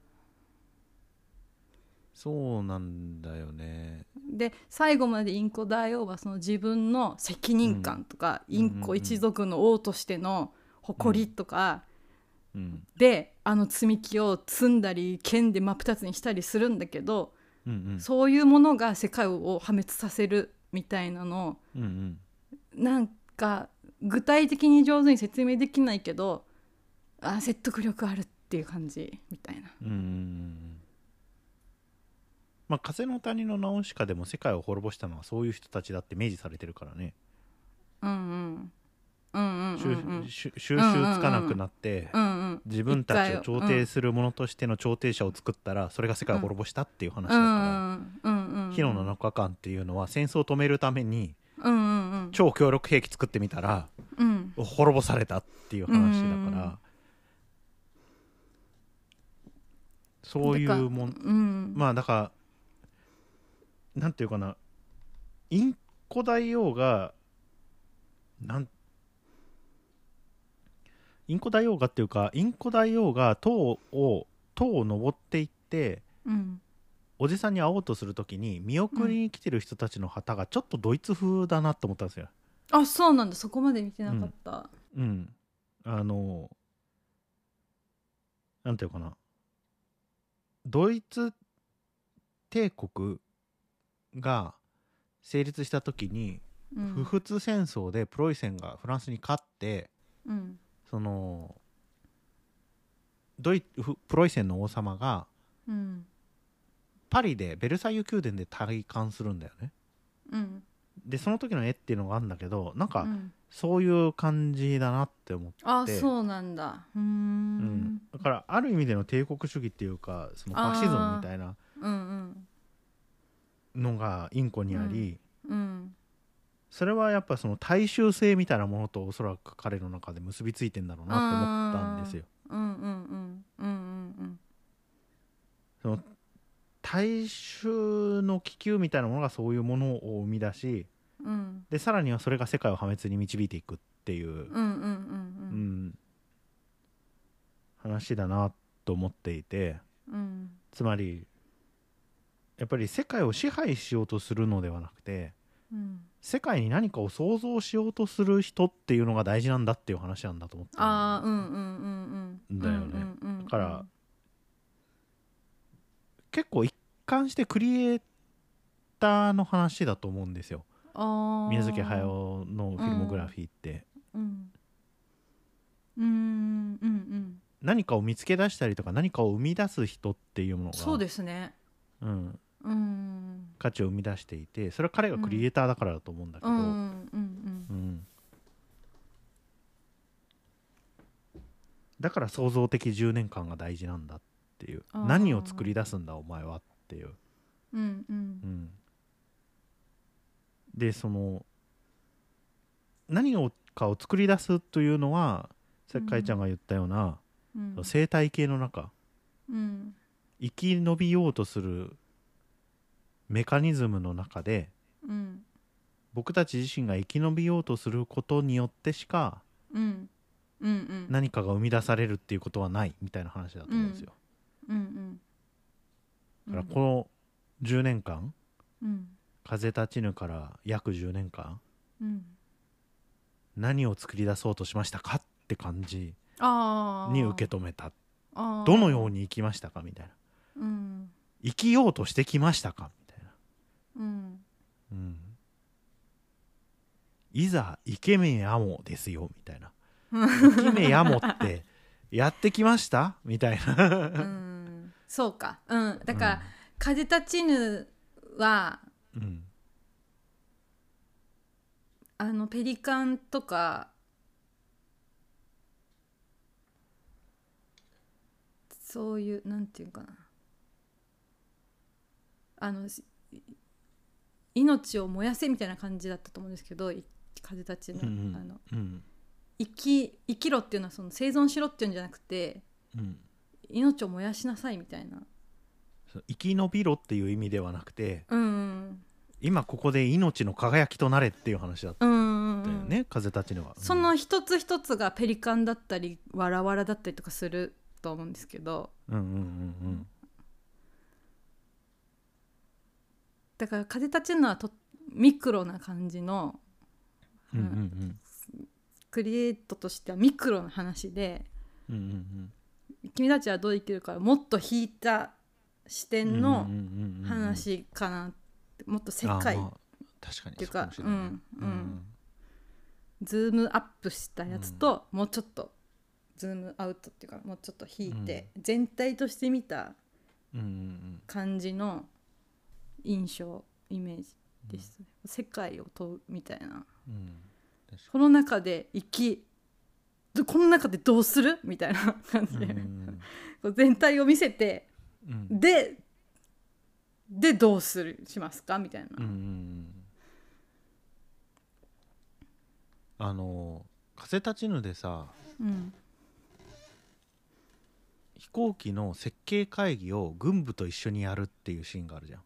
そうなんだよね
で最後までインコ大王はその自分の責任感とか、
うん
インコ一族の王としての誇りとか
うん
で、あの積み木を積んだり剣で真っ二つにしたりするんだけど、
うんうん
そういうものが世界を破滅させるみたいなの
うんうん
なんか具体的に上手に説明できないけどあ説得力あるっていう感じみたいな。
うんうんうんうんまあ風の谷のナウシカでも世界を滅ぼしたのはそういう人たちだって明示されてるからね
うんうんうんうんうんうん
収集収集つかなくなって
うんうん
自分たちを
一回を
調停するものとしての調停者を作ったらそれが世界を滅ぼしたっていう
う
話だから
んうんうんうん
「火の7日間」っていうのは戦争を止めるために
うんうんうん
超強力兵器作ってみたら
うん
滅ぼされたっていう話だ
う
か
ん
らそういうもん
うん
まあだからなんていうかなインコ大王がなんインコ大王がっていうかインコ大王が塔を塔を登っていって
うん
おじさんに会おうとするときに見送りに来てる人たちの旗がちょっとドイツ風だなと思ったんですよ。
あそうなんだそこまで見てなかった
うん、あのなんていうかなドイツ帝国が成立した時に、
うん
不仏戦争でプロイセンがフランスに勝って
うん
そのドイフプロイセンの王様が
うん
パリでベルサイユ宮殿で戴冠するんだよね。
うん
でその時の絵っていうのがあるんだけどなん
う
か
ん
そういう感じだなって思って
あ
で
そうなんだうー
うんんだからある意味での帝国主義っていうかそのファシズムみたいな
うんうん
のがインコにあり、
うん
それはやっぱその大衆性みたいなものとおそらく彼の中で結びついてんだろうなと思ったんですよ。
うんうんうんうんうん
大衆の気球みたいなものがそういうものを生み出し
うんうん
でさらにはそれが世界を破滅に導いていくっていう、
うんうんう
うんん、話だなと思っていて
うんうん
つまりやっぱり世界を支配しようとするのではなくて、
うん
世界に何かを想像しようとする人っていうのが大事なんだっていう話なんだと思ってる
あーうんうんうんうん
だよ
う
ね
んうんうん
だから結構一貫してクリエイターの話だと思うんですよ
あー
宮崎駿のフィルモグラフィーって、
うんうーんうんうん
何かを見つけ出したりとか何かを生み出す人っていうものが
そうですね
うん、
うん
価値を生み出していてそれは彼がクリエイターだからだと思うんだけ
う
ど、
んうんうん
うんだから創造的10年間が大事なんだっっていう
あー
何を作り出すんだお前はっていう、
うんうん
うん、でその何をかを作り出すというのはさっきかいちゃんが言ったような、
うん
その生態系の中
うん
生き延びようとするメカニズムの中で
うん
僕たち自身が生き延びようとすることによってしか
うんうんうん
何かが生み出されるっていうことはないみたいな話だと思うんですよ。
うんうん
だからこの10年間
うん
風立ちぬから約10年間
うん
何を作り出そうとしましたかって感じ
ああ
に受け止めた
あー
どのように生きましたかみたいな
うん
生きようとしてきましたかみたいな、
うん
うん、いざイケメンやもですよみたいなイケメンやもってやってきましたみたいな
うんそうかうんだから「風立ちぬ」は
うん、うん
あのペリカンとかそういうなんていうかなあのし命を燃やせみたいな感じだったと思うんですけどい風たちの,、
うんうん
あの
うん
生き生きろっていうのはその生存しろっていうんじゃなくて
うん
命を燃やしなさいみたいな
その生き延びろっていう意味ではなくて
うんうん
今ここで命の輝きとなれっていう話だっ
うんうん
た
う
よ
ん、
ね、風立ちぬは。
その一つ一つがペリカンだったりわらわらだったりとかすると思うんですけど
うんうんうんうん
だから風立ちぬはとミクロな感じの
うんうん
クリエイトとしてはミクロな話で
うんうんうん
君たちはどう生きるかもっと引いた視
うん
点の
うんうんうんうん
話かなってもっと世界
あまあ確かに
っていうか
そもしれないね
うんうんズームアップしたやつともうちょっとズームアウトっていうかもうちょっと引いて全体として見た
うんうんうん
感じの印象イメージですね世界を問うみたいな
うんうん確か
この中で生きどこの中でどうするみたいな感じ
に
で、
うんう
こう全体を見せて
んうん
ででどうするしますかみたいな、
うんうんうんあの風立ちぬでさ
うん
飛行機の設計会議を軍部と一緒にやるっていうシーンがあるじゃん。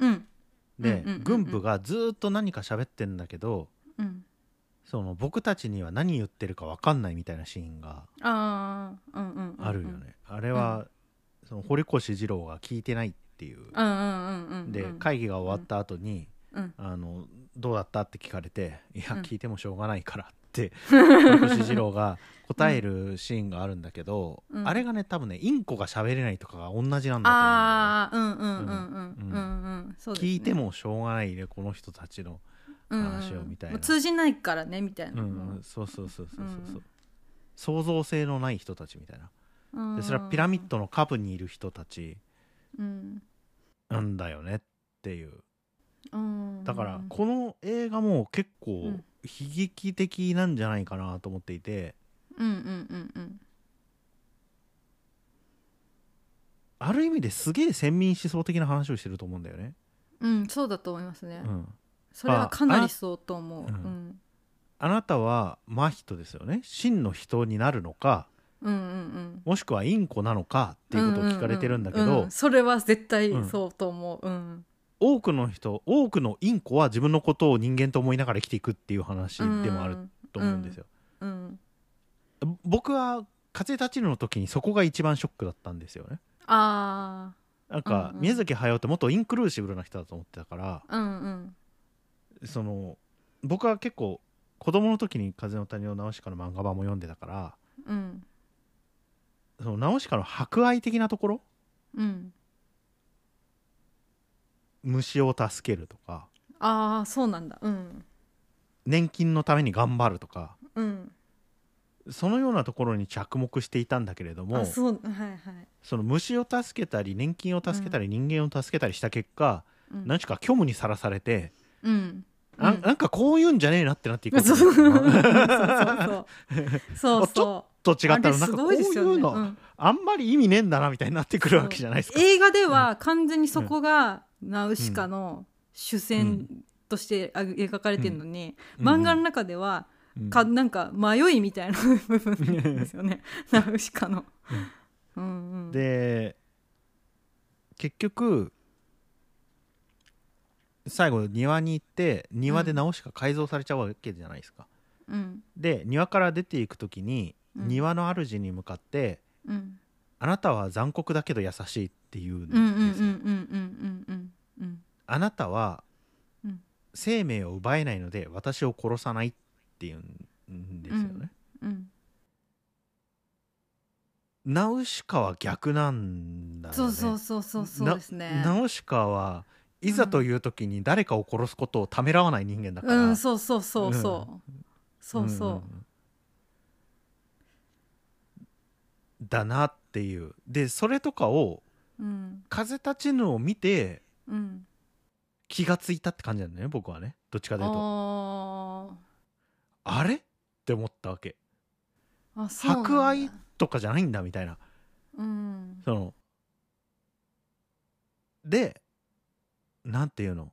うんう
で
んうんうんうん
軍部がずーっと何か喋ってんだけど
うん
その僕たちには何言ってるか分かんないみたいなシーンが
ああうんうんうん
あるよね、あれは、その堀越二郎が聞いてないっていう、
うんうんうんうんうん
で会議が終わった後に、
うん
あのどうだったって聞かれて「いや
うん
聞いてもしょうがないから」 って、堀越二郎が答えるシーンがあるんだけど、
うん
あれがね多分ねインコが喋れないとかが同じなんだと思うんだ
ああうんうんう
よね
んうんうんうんうんそうですね
聞いてもしょうがないねこの人たちの、話を
うんうん
みたいな
もう通じないからねみたいうなん
そうそうそうそうそうそう、
うん
創造性のない人たちみたいなでそれはピラミッドの下部にいる人たち
うん
なんだよねっていう
うん
だからこの映画も結
う
構
ん
悲劇的なんじゃないかなと思っていて、
うんうんうんうん
ある意味ですげえ先民思想的な話をしてると思うんだよね。
うんそうだと思いますね、
うん、
それはかな
ああ
りそうと思う
う
うんん
あなたは真人ですよね真の人になるのか
うんうん
もしくはインコなのかって
うん
いうことを聞かれてるんだけど、
うううそれは絶対そうと思ううん
多くの人多くのインコは自分のことを人間と思いながら生きていくっていう話でもあると思うんですよ。
うん
僕は風立ちぬの時にそこが一番ショックだったんですよね。
あ
なんか、
うんうん
宮崎駿ってもっとインクルーシブルな人だと思ってたから
あうんうん
その僕は結構子供の時に「風の谷のナウシカ」の漫画版も読んでたから
うん
そのナウシカの博愛的なところ
うん
虫を助けるとか
ああそうなんだうん
年金のために頑張るとか
うん
そのようなところに着目していたんだけれども
あそうはいはい
その虫を助けたり年金を助けたり人間を助けたりした結果、
うん
何しか虚無にさらされて、
うん
あ
うん
なんかこういうんじゃねえなってなっていくわけ
そう
です
そう
よ
そうそうそうそう
と違った
あれ
らなん
す
かこ
ご
う
い
い
ですよね
うの、
うん
あんまり意味ねえんだなみたいになってくるわけじゃないですか。
映画では完全にそこがナウシカの主戦としてあ描かれてるのに、
うん
漫画の中では
うん
かなんか迷いみたいな部分なんですよ ねナウシカの。うんうん、
で結局最後庭に行って庭で直しか改造されちゃうわけじゃないですか。
うん
で庭から出ていく時に、
うん
庭の主に向かって
うん
「あなたは残酷だけど優しい」って言うんで
う
すよ。
んうんうんうんうんうんうん
あなたは
うん
生命を奪えないので私を殺さないっていうんですよね。
うん
ナウシカは逆なんだよね。
そうそうそうそうそうですね。
なナウシカはいざという時に誰かを殺すことをためらわない人間だから。
うんそうそうそうそう、そうそう、
んだなっていう。でそれとかを
うん
風立ちぬを見て
うん、
気がついたって感じなんだよね僕はねどっちかというと
あ
あれって思ったわけ
ーあそうなんだ
博愛とかじゃないんだみたいな
うん
そのでなんていうの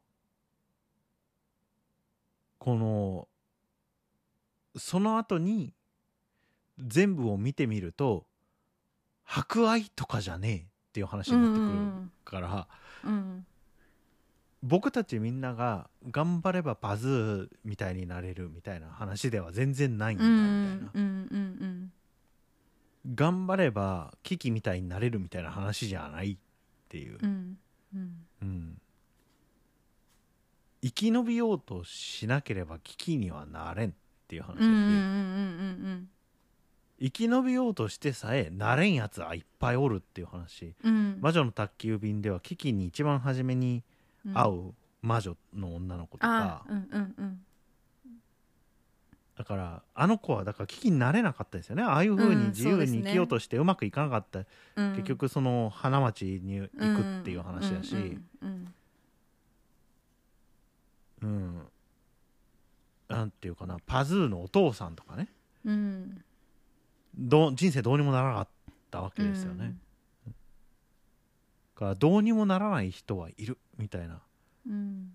このその後に全部を見てみると博愛とかじゃねえっていう話になってくるから、
うん
僕たちみんなが頑張ればバズーみたいになれるみたいな話では全然ないん
う
だ
んう
みた
ん
いな、
うんうん
頑張れば危機みたいになれるみたいな話じゃないっていう
うんう、んうん
うん生き延びようとしなければ危機にはなれんっていう話だし、
うんうんうん
生き延びようとしてさえなれんやつはいっぱいおるっていう話
うんうん
魔女の宅急便では危機に一番初めに
うん
会う魔女の女の子と
あ
か、
うんうんうん
だからあの子はだから危機になれなかったですよねああいう風
うん
に自
そう
由
ですね
に生きようとしてうまくいかなかった、
うん
結局その花町に行くっていう話だし、
うんうん
うん、なんていうかなパズーのお父さんとかね
うんうん
どう人生どうにもならなかったわけですよね、だからどうにもならない人はいるみたいなっ
うん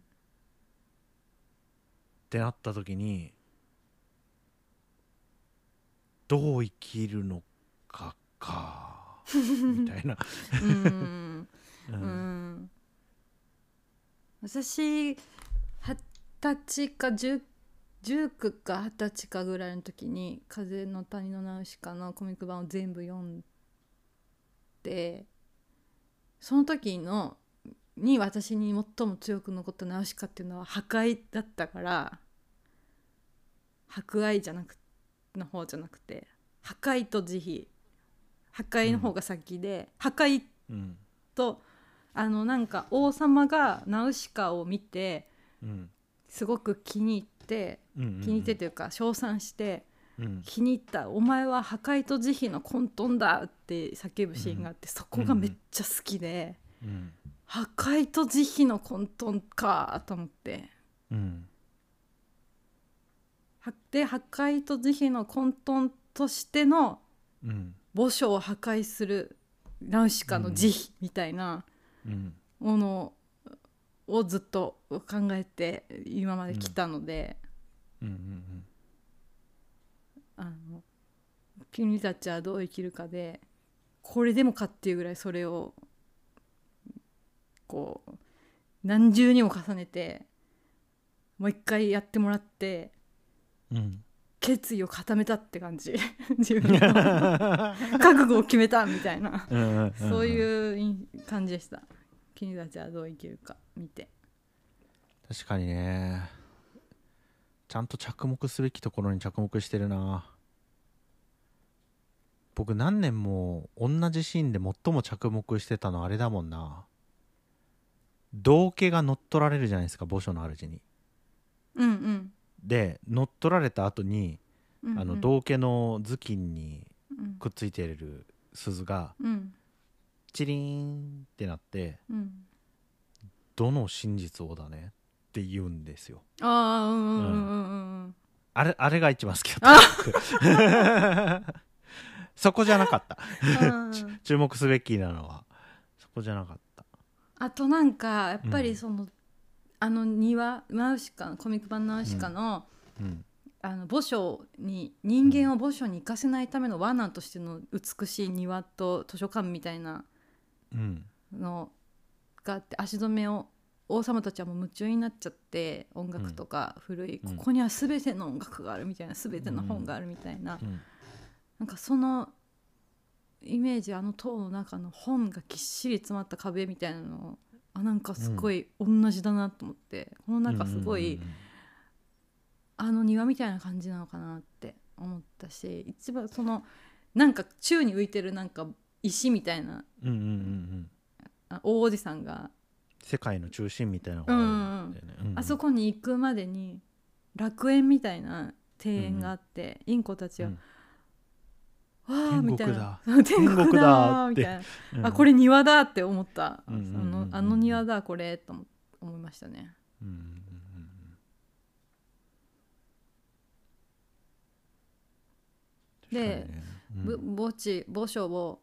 てなった時にどう生きるのかかみたいな、
うん
う
うんん私二十歳か十19か二十歳かぐらいの時に「風の谷のナウシカ」のコミック版を全部読んでその時のに私に最も強く残ったナウシカっていうのは破壊だったから博愛じゃなくの方じゃなくて破壊と慈悲破壊の方が先で、破壊
うん
とあのなんか王様がナウシカを見て
うん
すごく気に入って
うん
気に入ってというか称賛して
うん
気に入った「お前は破壊と慈悲の混沌だ!」って叫ぶシーンがあってそこがめっちゃ好きで
うん
「破壊と慈悲の混沌か!」と思って。
うん
はで破壊と慈悲の混沌としての
うん
墓所を破壊するナウシカの慈悲みたいな。
うん
ものをずっと考えて今まで来たので、
うんうん
あの君たちはどう生きるかでこれでもかっていうぐらいそれをこう何重にも重ねてもう一回やってもらって
うん
決意を固めたって感じ 自 分の覚悟を決めたみたいな
うん
そう
うん
いうい感じでした君たちはどう生きるか見て
確かにねちゃんと着目すべきところに着目してるな僕何年も同じシーンで最も着目してたのあれだもんな道家が乗っ取られるじゃないですか墓所の主に
うんうん
で乗っ取られた後に、
うんうん
あの道家の頭巾に
うん
くっついている鈴が
うん
チリーンってなって
うん
どの真実をだねって言うんですよ
ああうんうんうんうん
あれあれが一番好きだった そこじゃなかった
うん
注目すべきなのはそこじゃなかった
あとなんかやっぱりその、あの庭ナウシカコミック版ナウシカの、
うん
あの墓所に人間を墓所に行かせないための罠としての美しい庭と図書館みたいな
うん
のがあって足止めを王様たちはもう夢中になっちゃって音楽とか古い、
うん
ここには全ての音楽があるみたいな全ての本があるみたいな、
うん
なんかそのイメージあの塔の中の本がぎっしり詰まった壁みたいなのあなんかすごい同じだなと思って、この中すごい、
うん
あの庭みたいな感じなのかなって思ったし一番そのなんか宙に浮いてるなんか石みたいな
うんうんうんうん
あ大おじさんが
世界の中心みたいなのがあるんだよねうん
あそこに行くまでに楽園みたいな庭園があって、インコたちは「
うん
わあ」みたいな「
国だ
天国だ」
天国だーっ
み
て
たいな、
うん
あこれ庭だって思った、
うんうんうん
あのあの庭だこれと思思いましたね
うんうんうん
で
うん確かにね
ぶ
うん
墓地墓所を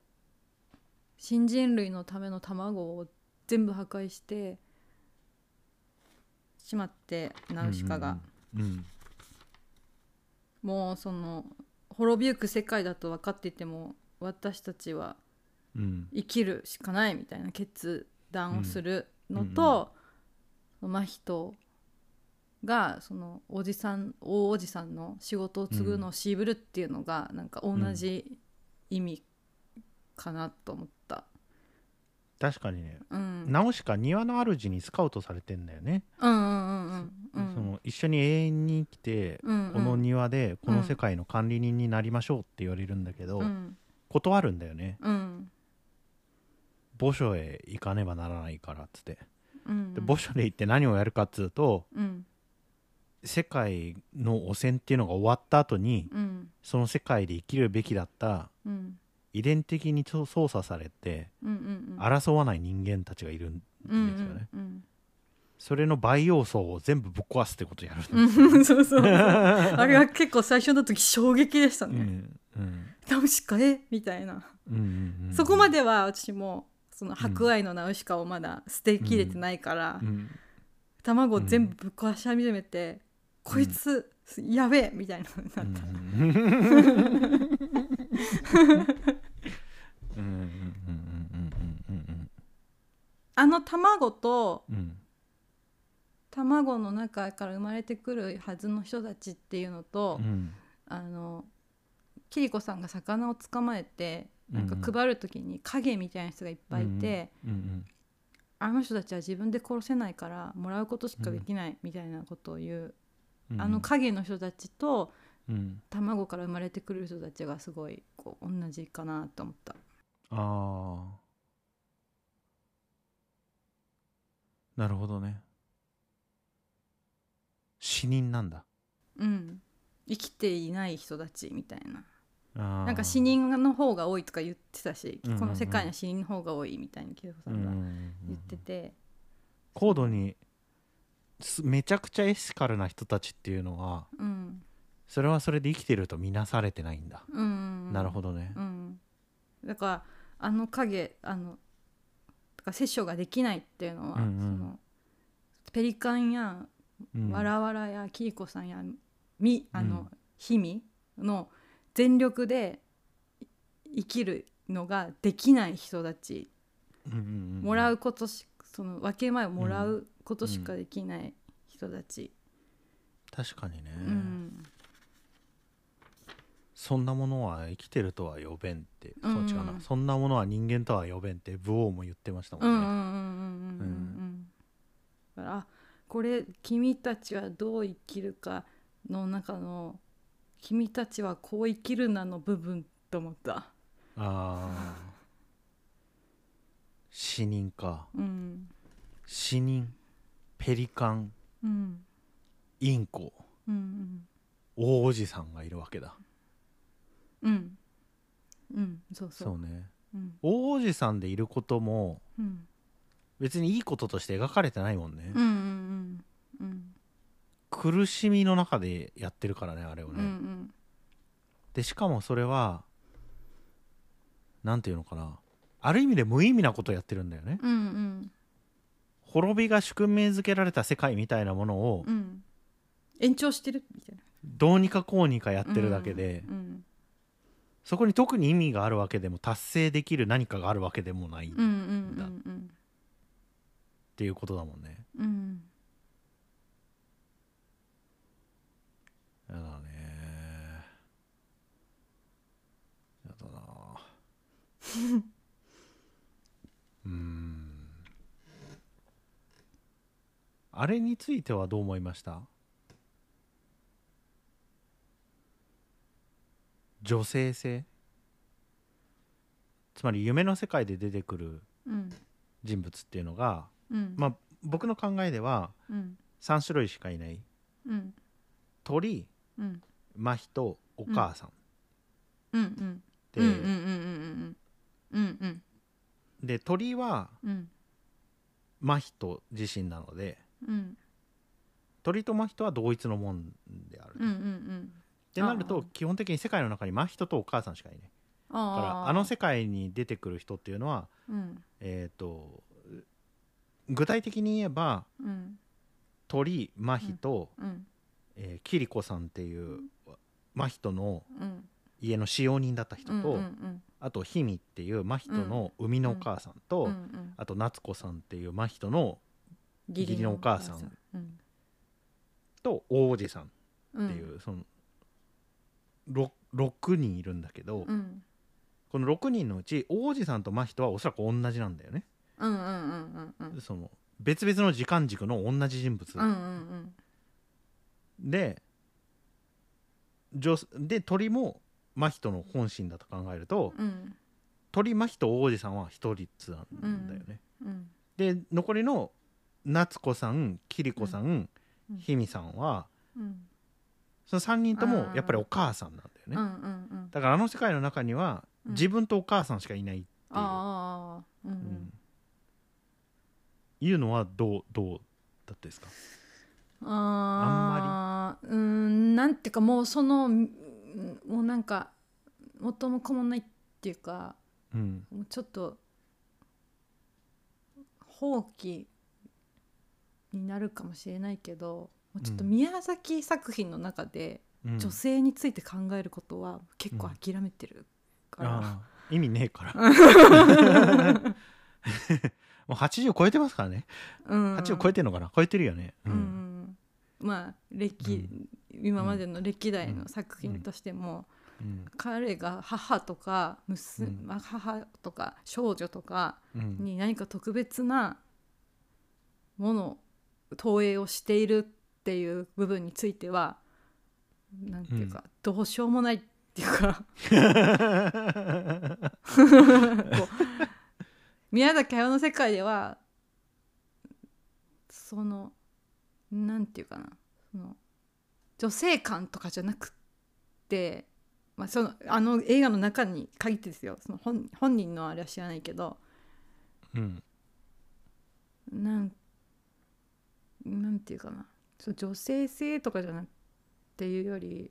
新人類のための卵を全部破壊してしまってナウシカが、
うんうん
もうその滅びゆく世界だと分かっていても私たちは
うんうん
生きるしかないみたいな決断をするの
うん
と、真人がそのおじさん大おじさんの仕事を継ぐのを渋るっていうのがなんか同じ意味かなと思った。
確かにね
うん、
ナウシカ庭の主にスカウトされてんだよね、
うんうんうんうんうん
その一緒に永遠に生きて、
うんうん
この庭でこの世界の管理人になりましょうって言われるんだけど、
うん
断るんだよね
うん
墓所へ行かねばならないからっつって
うん
で墓所で行って何をやるかっつうと
うん
世界の汚染っていうのが終わった後に
うん
その世界で生きるべきだった
うん
遺伝的に操操作されて
うんうん
争わない人間たちがいるんです
う
よ
ん
ね、
うん
それの培養層を全部ぶっ壊すってことやるんですよ
うん うんそうそうそうあれは結構最初の時衝撃でした
う
ね
んうん
ナウシカえみたいな
うんうんうん
そこまでは私もその博愛のナウシカをまだ捨てきれてないから
うん
卵を全部ぶっ壊し始めてこいつやべえみたいなのになった
うんうんうんうんうん
あの卵と
うんうんうんうん
卵の中から生まれてくるはずの人たちっていうのと、
うん
あのキリコさんが魚を捕まえてなんか
うんうん
配る時に影みたいな人がいっぱいいて、
うん
あの人たちは自分で殺せないからもらうことしかできないみたいなことを言う、
うん
あの影の人たちと
うん
卵から生まれてくる人たちがすごいこう同じかなと思った。
ああなるほどね死人なんだ
うん生きていない人たちみたいな
な
なんか死人の方が多いとか言ってたし、
うんうんうん
この世界には死人の方が多いみたいにキリコさんが言ってて、
高度にすめちゃくちゃエシカルな人たちっていうのは
うん
それはそれで生きてると見なされてないんだ、
うん、
なるほ
ど、
どね
うん、だからあの影あのだから殺生ができないっていうのは、
うんうん
そのペリカンや
うん
わらわらやキリコさんやみあ
う
の
ん
氷見、の全力でい生きるのができない人たち
うんうんうん
もらうことしその分け前をもらうことしかできない人たち、
確かにね、
うん
そんなものは生きてるとは呼べんって、
うん
そう違うなそんなものは人間とは呼べんって武王も言ってましたも
うんうんうんん
ね、
うんうんうんだからあこれ君たちはどう生きるかの中の君たちはこう生きるなの部分と思った
ああ死人か
うん
死人ペリカン
うん
インコ
うん
大おじさんがいるわけだ
うんうんうんそうそう
そうね
うん
大おじさんでいることも
うん
別にいいこととして描かれてないもんね、
うんうんうん
苦しみの中でやってるからねあれを
う
ね、
んうん
でしかもそれはなんていうのかなある意味で無意味なことをやってるんだよね
うんうん
滅びが宿命づけられた世界みたいなものを
うん延長してるみたいな
どうにかこうにかやってるだけで、
うん
そこに特に意味があるわけでも達成できる何かがあるわけでもないっ
うんうんうん
ていうことだもんね、
うんうん
やだねやだな うーんあれについてはどう思いました女性性つまり夢の世界で出てくる
うん
人物っていうのが
うん
まあ僕の考えでは
うん
3種類しかいない
うん
鳥
うん
真人お母さんっ
うんうん
て、
うんうんうんうんうんうん
で鳥は
うん
真人自身なので
うん
鳥と真人は同一のもんである、
うんうんう
っ
ん
てなる
あ
と
ー
基本的に世界の中に真人とお母さんしかいないだからあの世界に出てくる人っていうのは
うん
えっ、と具体的に言えば
うん
鳥真人、
うん
えーキリコさんっていう真人の
うん
家の使用人だった人
う
と、
んうん
あと氷見っていう真人の生みのお母さんと、
うんうん
あと夏子さんっていう真人の義理のお母さん
うん
と大おじさん
うん
っていう、そのろ6人いるんだけど、
うん
この6人のうち王子さんと真人はおそらく同じなんだよね、
うんうんうんうんうん
その別々の時間軸の同じ人物、
うんうん
で女で鳥も真人の本心だと考えると、
うん
鳥真人王子さんは一人つなんだよね、
うん
で残りの夏子さん桐子さん、
うん
氷見さんは
うん
その3人ともやっぱりお母さんなんだよね、
うんうんうん
だからあの世界の中には
うん
自分とお母さんしかいないっていう、
ああうんう
うんんいうのはどうどうだったですか
あーうーんなんていうかもうそのうんもうなんか元も子もないっていうか
うん
もうちょっと放棄になるかもしれないけどもうちょっと
うん
宮崎作品の中で
うん
女性について考えることは結構
うん
諦めてるから、
あー意味ねえからもう80超えてますからね
うん
80超えてんのかな超えてるよねう、
うんんまあ歴、今までの歴代の作品としても、
うん
彼が母とか娘、
うん
まあ母とか少女とか
うん
に何か特別なもの投影をしているっていう部分についてはなんていうか、どうしようもないっていうかこう宮崎駿の世界ではそのなんていうかなその女性感とかじゃなくって、まあ、そのあの映画の中に限ってですよその本本人のあれは知らないけど
うん
なんなんていうかなそう女性性とかじゃなくっていうより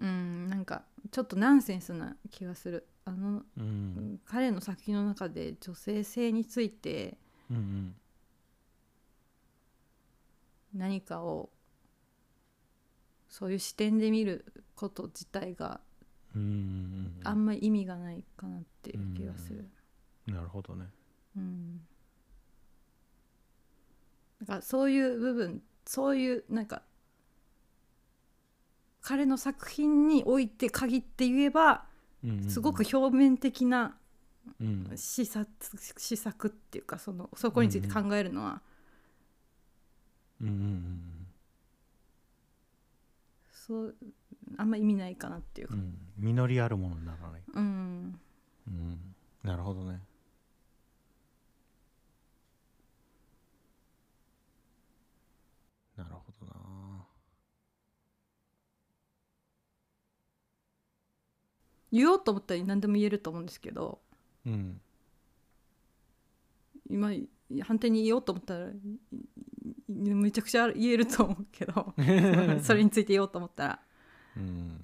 うんなんかちょっとナンセンスな気がするあの
うん
彼の作品の中で女性性について
うん
何かをそういう視点で見ること自体が
うんうん
あんまり意味がないかなっていう気がする。
なるほどね
うんなんかそういう部分そういうなんか彼の作品において限って言えば
うんうんうん
すごく表面的な
うん
試作試作っていうかそのそこについて考えるのは
うんうんうん
そうあんま意味ないかなっていう
う
か。
ん実りあるものにならない
うん
うんなるほどねなるほどな
言おうと思ったら何でも言えると思うんですけど
うん
今反対に言おうと思ったらいいめちゃくちゃ 言えると思うけどそれについて言おうと思ったら
うん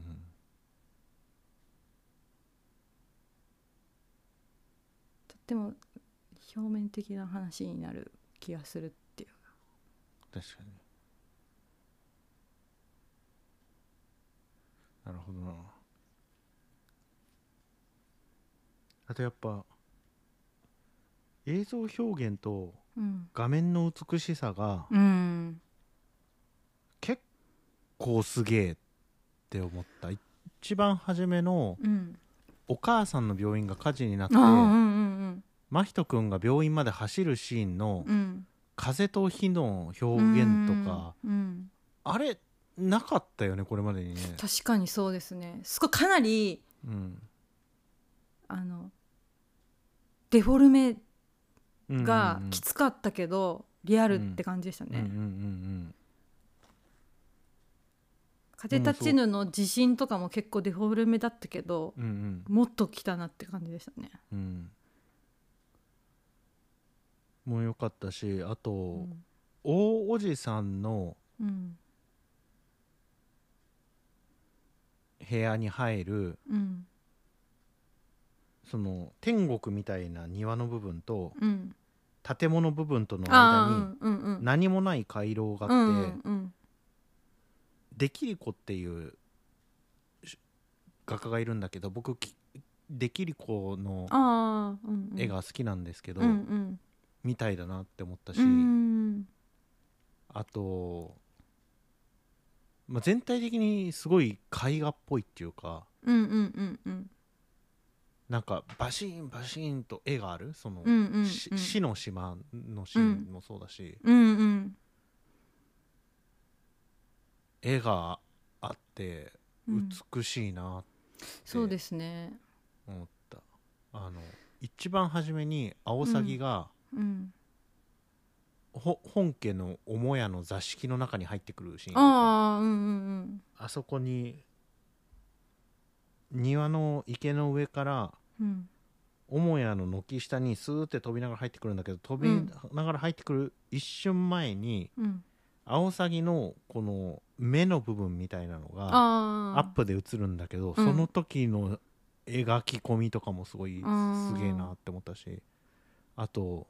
でも表面的な話になる気がするっていう
確かになるほどなあとやっぱ映像表現と
うん、
画面の美しさが
うん、
結構すげえって思ったい一番初めの
うん
お母さんの病院が火事になって
ああうんうん
真人君が病院まで走るシーンの
うんうん
風と火の表現とか
うんうん
あれなかったよねこれまでにね、
確かにそうですねすごいかなり
うん
あのデフォルメ
うん、
がき
き
つかったけど、リアルって感じでしたね、
うんうんうんうん
風立ちぬの地震とかも結構デフォルメだったけど、
うんうん
もっと来たなって感じでしたね。
うんもう良かったしあと、
うん
大おじさんの
うん
部屋に入る
うん
その天国みたいな庭の部分と
うん
建物部分との
ああ
間
うんうんう
に
ん
何もない回廊が
う
あって、
んうん
できりこっていうし画家がいるんだけど僕きできりこの
ああうんうん
絵が好きなんですけど、
うんうん
みたいだなって思ったし、
うん
あと、まあ、全体的にすごい絵画っぽいっていうか
うんうんうんうん
なんかバシーンバシーンと絵があるその、
うんうん
し死の島のシーンもそうだし、
うんうん
絵があって
うん
美しいなって
そうですね
思った、あの一番初めにアオサギが、
うん
ほ本家の母屋の座敷の中に入ってくるシーンとか
ああうんうん
あそこに庭の池の上から
うんうん
母屋の軒下にスーって飛びながら入ってくるんだけど飛び
うん
ながら入ってくる一瞬前に、
うん
アオサギのこの目の部分みたいなのが
ああ
アップで映るんだけど、その時の描き込みとかもすごい
あー
すげえなって思ったしあと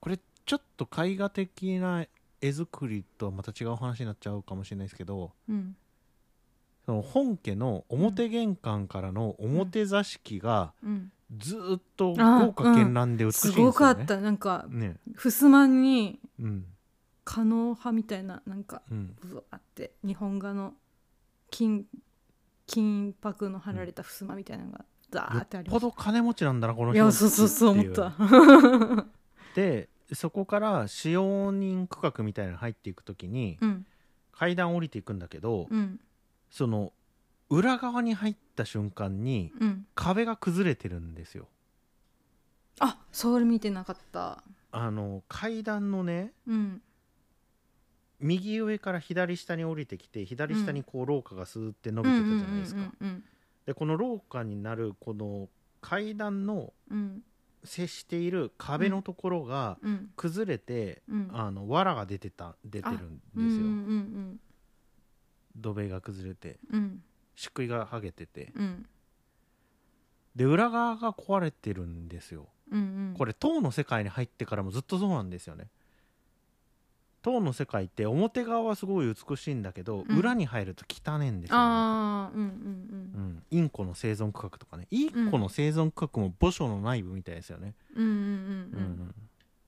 これちょっと絵画的な絵作りとはまた違う話になっちゃうかもしれないですけど
うん
その本家の表玄関からの表座敷が
うん
ずーっと豪華絢爛で美しい
す
んですよ
ご
ね。
かったなんか
ね
襖に
うん
可能派みたいななんか
うん
ぶわって日本画の金金箔の貼られた襖みたいなのがザ
よ
ー
っ
ってありま
ぽ
す、
ど金持ちなんだなこの
い
人
や
たち
そうそうそう
ってい
思った
でそこから使用人区画みたいなの入っていくときに、
うん
階段降りていくんだけど、
うん
その裏側に入った瞬間に
うん
壁が崩れてるんですよ
あそれ見てなかった
あの階段のね
うん
右上から左下に降りてきて左下にこう廊下がスーって伸びてたじゃないですか、
うん
でこの廊下になるこの階段の
うんうん
接している壁のところが
うんうん
崩れて、
うん
あの藁が出てた出て
う
るん
んうん
ですよ、
うん
土塀が崩れて
うん
漆喰が剥げてて
うん
で裏側が壊れてるんですよ
うんうん
これ唐の世界に入ってからもずっとそうなんですよね唐の世界って表側はすごい美しいんだけど、
うん
裏に入ると汚いんですよ、
ああうん
う
うん
ん、インコの生存区画とかねインコの生存区画も墓所の内部みたいですよね、
うんうんう
う
んんうん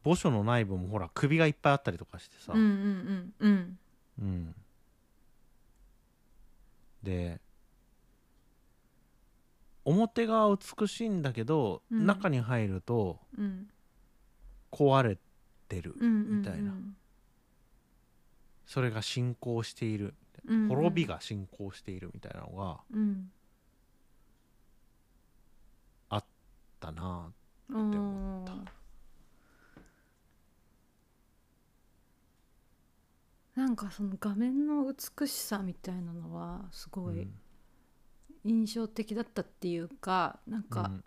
墓所の内部もほら首がいっぱいあったりとかしてさ、
うんうんうんうん
うんで表側は美しいんだけど、
うん
中に入ると
うん
壊れてる、
うんうん
みたいなそれが進行している
うん
滅びが進行しているみたいなのが
うん
だな
うん
って思った
あーなんかその画面の美しさみたいなのはす
ぁ
ご
う
い
ん
印象的だったっていうか、なん
う
か
ん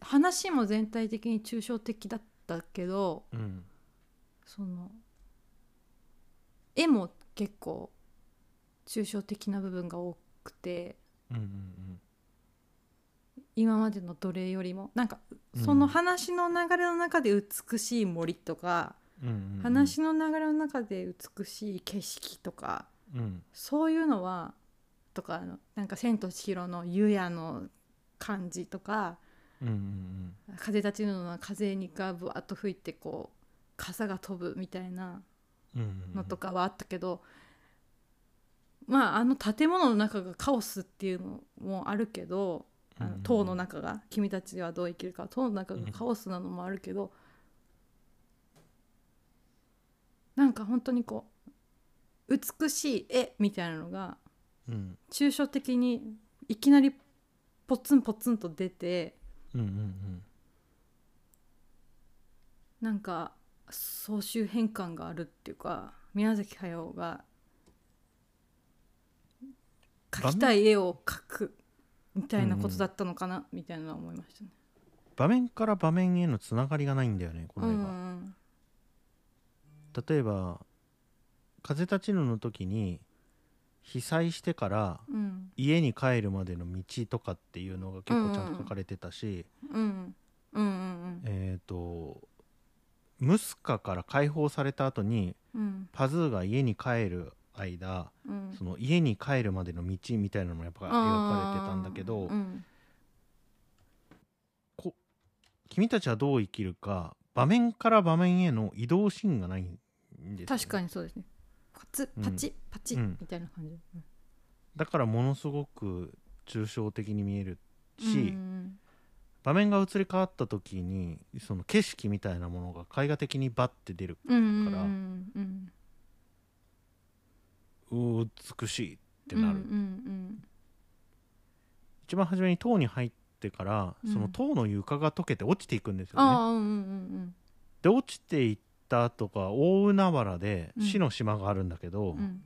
話も全体的に抽象的だったけど
うん
その絵も結構抽象的な部分が多くて
うんうん
今までの奴隷よりもなんか
うん
その話の流れの中で美しい森とか、
うんうんうん、
話の流れの中で美しい景色とか
うん
そういうのはとかあのなんか「千と千尋」の湯屋の感じとか
うんうん
「風立ちぬ」の風にがぶわっと吹いてこう傘が飛ぶみたいな
うんうん
のとかはあったけど、まああの建物の中がカオスっていうのもあるけど、あの
うん
塔の中が君たちはどう生きるか塔の中がカオスなのもあるけど、なんか本当にこう美しい絵みたいなのが
うん
抽象的にいきなりポツンポツンと出て
うんうん
なんか総集変換があるっていうか宮崎駿が描きたい絵を描くみたいなことだったのかな、みたいなのは思いましたね。
場面から場面へのつながりがないんだよねこの
う
映画、
ん
例えば「風立ちぬ」の時に被災してから
うん
家に帰るまでの道とかっていうのが結構ちゃんと書かれてたし、
うんうんうん
えっ、とムスカから解放された後に
うん
パズーが家に帰る間
うん
その家に帰るまでの道みたいなのもやっぱ描かれてたんだけど、
うん
こ君たちはどう生きるか場面から場面への移動シーンがないんですよね
確かにそうですねパツ
うん
パチッパチッ
うん
みたいな感じ、うん
だからものすごく抽象的に見えるし、
うん
場面が移り変わった時にその景色みたいなものが絵画的にバッて出る
うん
から
うんうん
うー美しいってな
う
る、
んうん
一番初めに塔に入ってから
うん
その塔の床が溶けて落ちていくんです
うん、
よね、
ああうんうん
で落ちていった後が大海原で
うん
死の島があるんだけど、
うんうん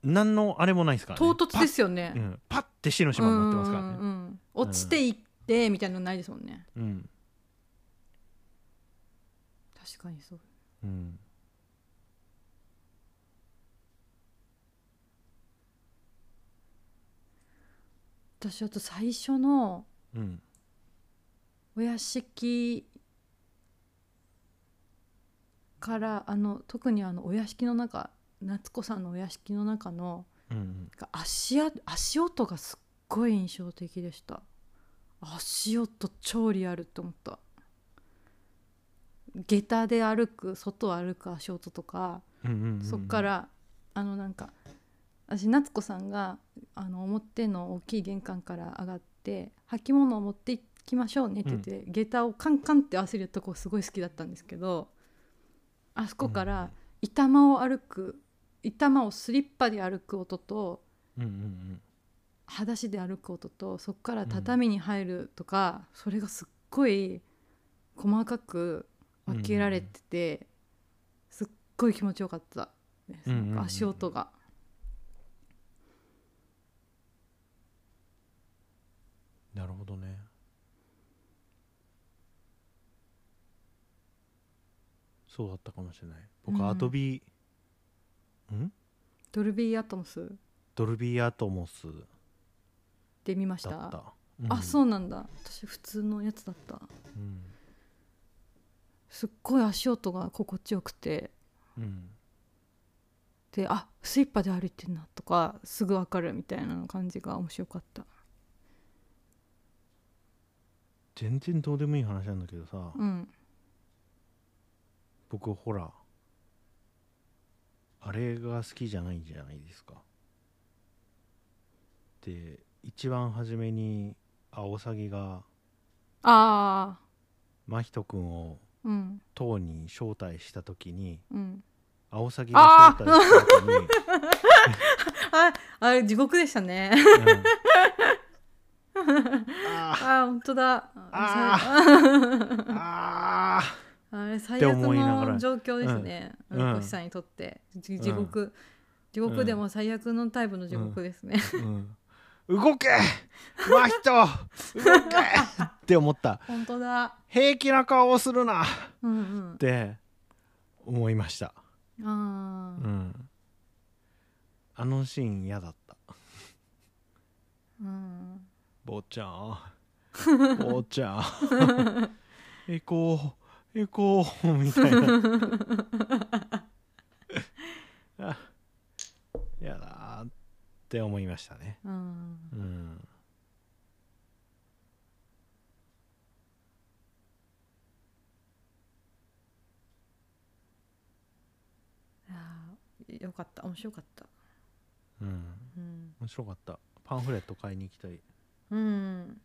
何のあれもないですから
唐
ね
突ですよね
パッ,、うん、パッて死の島になってますからね、
うんうんうん落ちていってみたいなのないですもんね
うん
確かにそう
うん
私あと最初の
うん
お屋敷からあの特にあのお屋敷の中夏子さんのお屋敷の中の
うん
足あ足音がすっごい印象的でした足音超リアルって思った下駄で歩く外を歩く足音とか
うんうんうんうん
そっからあのなんか私夏子さんがあの表の大きい玄関から上がって履物を持っていきましょうねって言って、下駄をカンカンって合わせるとこすごい好きだったんですけどあそこか
うんうん
ら板間を歩く板間をスリッパで歩く音と
うんうん
裸足で歩く音とそこから畳に入るとか、それがすっごい細かく分けられてて、すっごい気持ちよかったです、
うんうんうんうん
なんか足音が。
なるほどねそうだったかもしれない僕、
うん
アドビん
ドルビーアトモス
ドルビーアトモス
で見ました
だった、うん
あそうなんだ私普通のやつだった
うん、
すっごい足音が心地よくて
うん、
であスリッパで歩いてんなとかすぐ分かるみたいな感じが面白かった
全然どうでもいい話なんだけどさ、
うん
僕ほらあれが好きじゃないじゃないですかで一番初めにアオサギが
ああ
真人君を
うん
塔に招待した時に
うん
アオサギが招待した時に、
ああれ地獄でしたね
うん
あ
あ
ー本当だ
あー
あ
あ
あれ最
って
悪
思いながら
の状況ですね
う
うんん
うん
コシさんにとってじ地獄、地獄でも最悪のタイプの地獄ですね、
ー、うん、動け真人動けって思った
本当だ
平気な顔をするなっ
うん
て思いました、
うんあ
う
あ
ん、あのシーン嫌だった
うん
坊ちゃ ん坊ちゃん 行こう行こうみたい なあやだーって思いましたね
うん
うん
あーよかった面白かった
うん
うん、
面白かったパンフレット買いに行きたい
うん、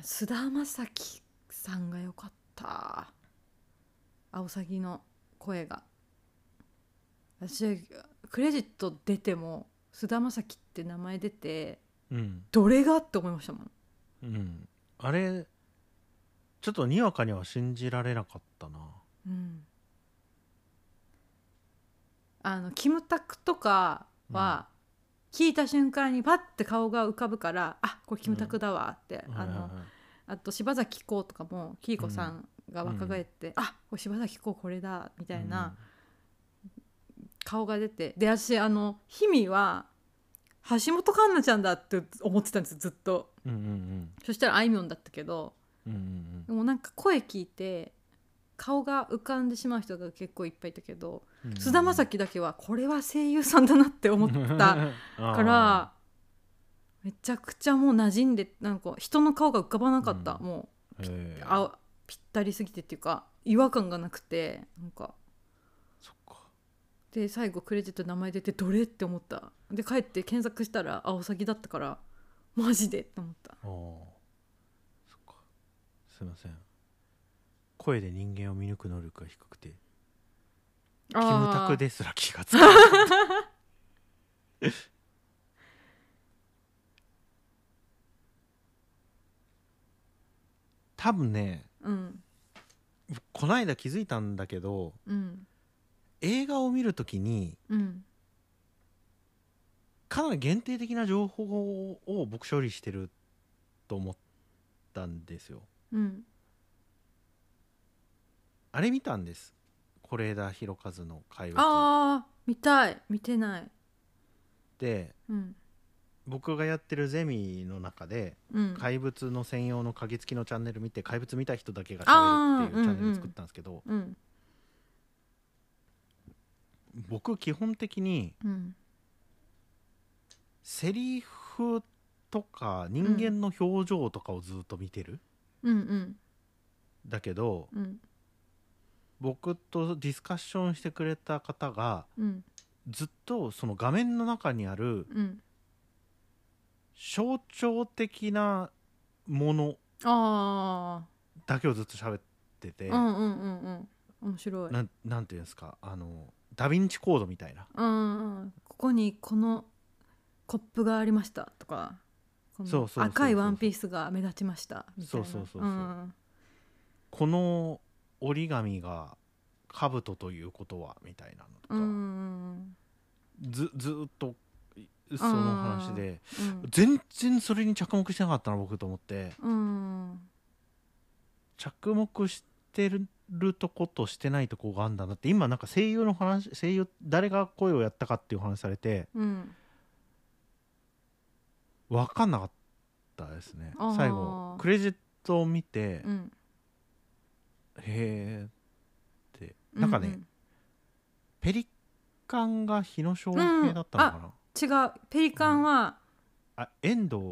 菅田将暉さんがよかったアオサギの声が私クレジット出ても菅田将暉って名前出て
うん
どれがって思いましたもん
うんあれちょっとにわかには信じられなかったな
うんあのキムタクとかは、聞いた瞬間にパッて顔が浮かぶからあこれキムタクだわって、あの
はいはいはい
あと柴咲コウとかもキリコさんが若返って、あこれ柴咲コウこれだみたいな顔が出て、で私あの氷見は橋本環奈ちゃんだって思ってたんですよずっと
うんうん
そしたらあいみょんだったけど
うんうんうん
でもなんか声聞いて顔が浮かんでしまう人が結構いっぱいいたけど
うん
菅、田将暉だけはこれは声優さんだなって思った
た
からめちゃくちゃもう馴染んでなんか人の顔が浮かばなかった、
うん
もう
えー
あぴったりすぎてっていうか違和感がなくてなんか
そっか
で最後クレジット名前出てどれって思ったで帰って検索したらアオサギだったからマジでって思った
あーそっかすいません声で人間を見抜く能力が低くてキムタクですら気がつかない 多分ね
うん
こないだ気づいたんだけど
うん
映画を見るときに
うん
かなり限定的な情報を僕処理してると思ったんですよ
うん
あれ見たんです是枝裕和の会話
ああ見たい見てない
で
うん
僕がやってるゼミの中で
うん
怪物の専用の鍵付きのチャンネル見て怪物見た人だけが喋るっていう
あー
チ
う
ャン
ん
ネ
うん
ル作ったんですけど、
うん
僕基本的に
うん
セリフとか人間の表情とかをずっと見てる、
うんうん
だけど
うん
僕とディスカッションしてくれた方が
うん
ずっとその画面の中にある
うん
象徴的なもの
あ
だけをずっと喋ってて、
あうんうんうんうん面白い
なんなんていうんですかあのダヴィンチコードみたいな
うんうん、ここにこのコップがありましたとかこ
そうそ
の
うそうそう
赤いワンピースが目立ちましたみたいな
そうそうそうそう
うん
この折り紙が兜ということはみたいな
うんう
のとか、
ん
ずずーっといその話で
うん
全然それに着目してなかったな僕と思って
うん
着目してるとことしてないとこがあるんだなって今なんか声優の話声優誰が声をやったかっていう話されて
うん
分かんなかったですね
あー
最後クレジットを見て、
うん
へえってなんかね、
うん
ペリカンが日野翔平だったのかな、
うん違うペリカンは、
あ遠藤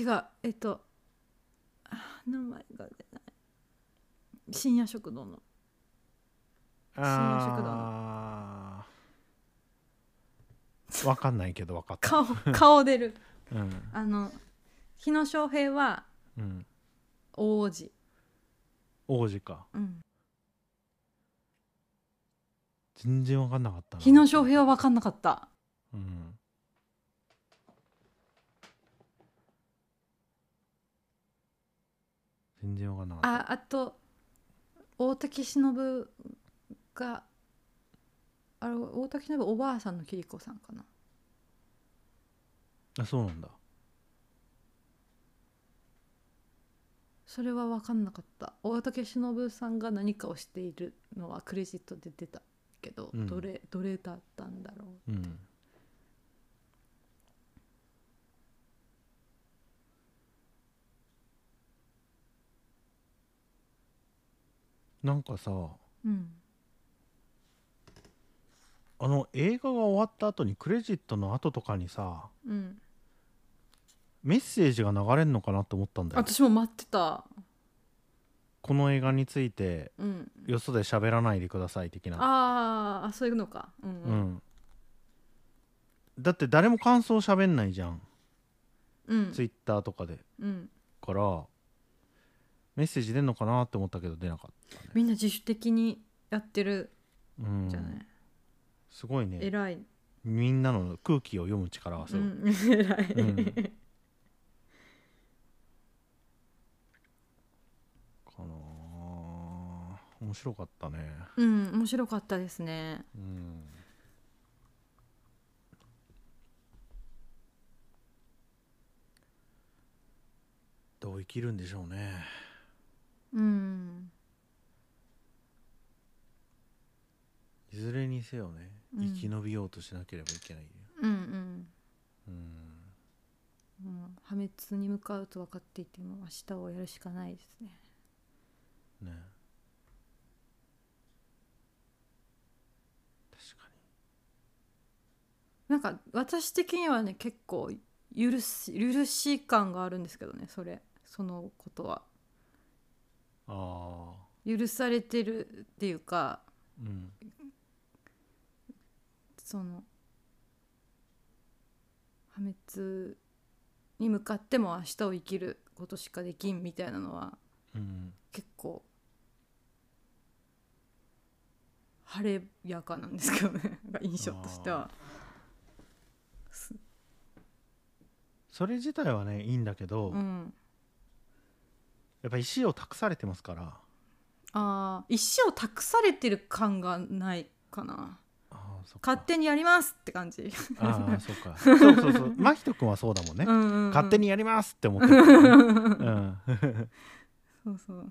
違うえっとあ名前が出ない深夜食堂の野食堂
あーわかんないけどわかった
顔顔出る
うん
あの日野翔平は
うん
王子
王子か
うん
全然わかんなかったな
日野翔平は分かんなかった
うん全然わかんなかっ
ああと大竹しのぶがあれ大竹しのぶおばあさんのキリコさんかな
たあそうなんだ
それは分かんなかった大竹しのぶさんが何かをしているのはクレジットで出たけど、
うん
どれどれだったんだろう
うんなんかさ
うん、
あの映画が終わった後にクレジットの後とかにさ
うん、
メッセージが流れるのかなと思ったんだよ
私も待ってた、
この映画について
うん、
よそで喋らないでください的な
あーあそういうのか、うんう
うんんだって誰も感想喋んないじゃん、
うん
ツイッターとかで
うん、
からメッセージ出んのかなって思ったけど出なかったね
みんな自主的にやってる
うん
じゃない、
すごいね
偉い、
みんなの空気を読む力はす
う
ごい、
ん、偉い、
うんかなあ面白かったね
うん、面白かったですね
うんどう生きるんでしょうね
うん
いずれにせよね
うん
生き延びようとしなければいけないよ、
うんうん
うん
うん、破滅に向かうと分かっていても明日をやるしかないですね
ね確か
なんか私的にはね結構許し許し感があるんですけどねそれそのことは
にああ
許されてるっていうか
うん
その破滅に向かっても明日を生きることしかできんみたいなのは
うん
結構晴れやかなんですけどね なんか印象としてはす
それ自体はねいいんだけど、
うん
やっぱ石を託されてますから
あー石を託されてる感がないかな
ああそっか
勝手にやりますって感じ
ああそっかそうそう そう真人君はそうだもんね、
うんうんうん
勝手にやりますって思ってるからね、うん、
そうそう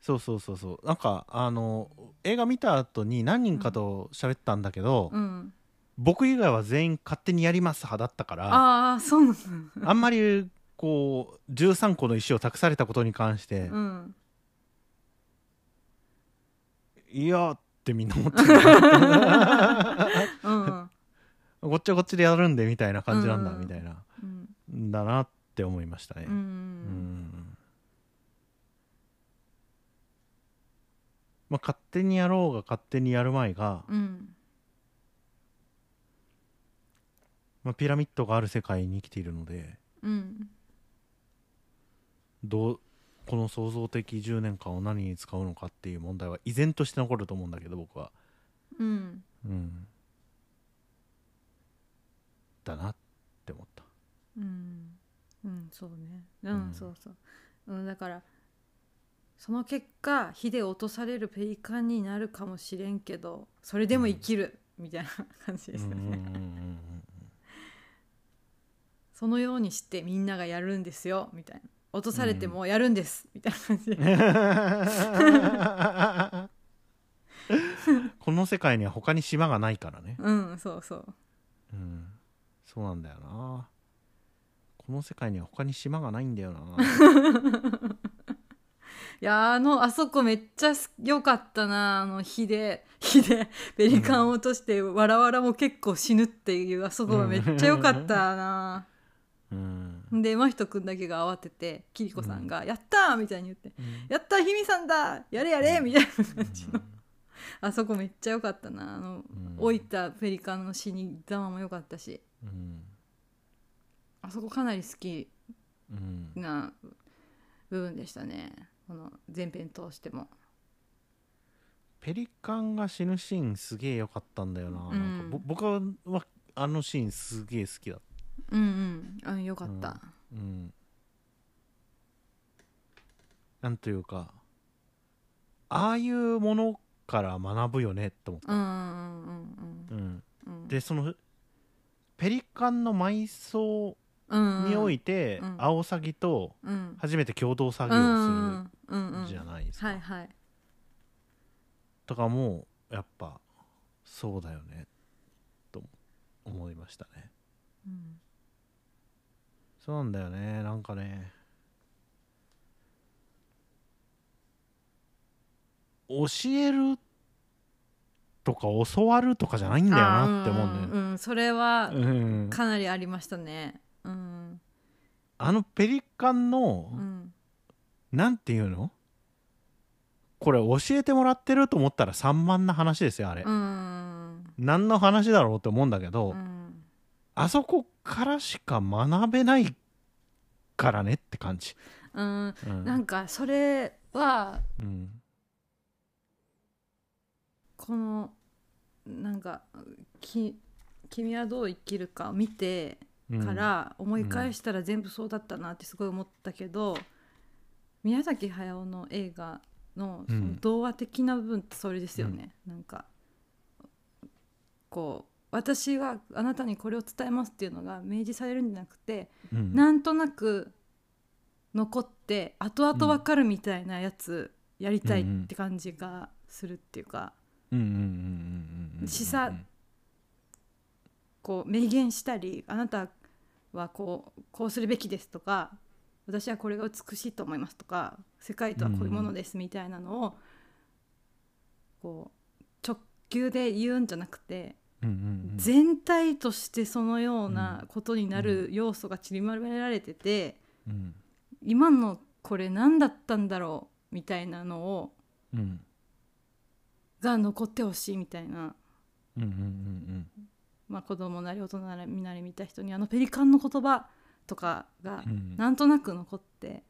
そうそうそうそうなんかあの映画見た後に何人かと喋ったんだけど、
うん
僕以外は全員勝手にやります派だったから
ああそうなんだ
あんまりこう13個の石を託されたことに関して、
うん
いやーってみんな思っ てる
うん
こっちはこっちでやるんでみたいな感じなんだ、
うん
みたいな
うん
んだなって思いましたね。
うんうん
まあ、勝手にやろうが勝手にやる前が、
うん
まあ、ピラミッドがある世界に生きているので
うん
どうこの創造的10年間を何に使うのかっていう問題は依然として残ると思うんだけど僕は、
うん
うん、だなって思った。
うん、うん、そうねう
うんん
そうそう、うん、だからその結果火で落とされるペリカンになるかもしれんけどそれでも生きる、みたいな感じですよね、
うんうんう んうん
そのようにしてみんながやるんですよみたいな落とされてもやるんです、みたいな感じ
この世界には他に島がないからね、
うんそうそう
うん、そうなんだよなこの世界には他に島がないんだよな
いやーあのあそこめっちゃす良かったなあの火で火でペリカンを落として、わらわらも結構死ぬっていうあそこはめっちゃ良かったな、
うん、
で真人君だけが慌ててキリコさんが「やったー!」みたいに言って
うん
「やったーひみさんだやれやれ!」
うん
みたいな感じのあそこめっちゃ良かったなあの、
うん
老いたペリカンの死に様も良かったし
うん
あそこかなり好き
うん
な部分でしたねこの前編通しても
ペリカンが死ぬシーンすげえ良かったんだよな,、
うん
なんかぼ僕はあのシーンすげえ好きだった、
うんうんあ良かった
うん、なんというかああいうものから学ぶよねって思っ
う
た、
んうんうん
うん、
うんうん
でそのペリカンの埋葬
うんうん
において、
うん
アオサギと
うん
初めて共同作
う
業を
んうんう
す
ん
るじゃないですか、
はいはい
とかもやっぱそうだよねと思いましたね
うん
そうなんだよねなんかね教えるとか教わるとかじゃないんだよなって思うんだよね
あーうんうんそれは
うん
かなりありましたねうん
あのペリカンの、
うん
なんていうのこれ教えてもらってると思ったら散漫な話ですよあれ、
うん
何の話だろうって思うんだけど、
うん
あそこからしか学べないからねって感じ、
うん
うん
なんかそれは
うん
このなんかき「君はどう生きるか」見て
うん
から思い返したら全部そうだったなってすごい思ったけど、宮崎駿の映画の
う
そ
ん
の童話的な部分ってそれですよね、なんかこう私はあなたにこれを伝えますっていうのが明示されるんじゃなくて、
うん
なんとなく残って後々わかるみたいなやつやりたいって感じがするっていうか。
うんうんうんうんうんうん
示唆こう明言したりあなたはこうこうするべきですとか私はこれが美しいと思いますとか世界とはこういうものですみたいなのを、こう直球で言うんじゃなくて、
うんうんうん
全体としてそのようなことになる要素がちりまめられてて、
うん
今のこれ何だったんだろうみたいなのを
うん
が残ってほしいみたいな
うんうんうん
まあ、子供なり大人なりなり見た人にあのペリカンの言葉とかが
うん
なんとなく残って、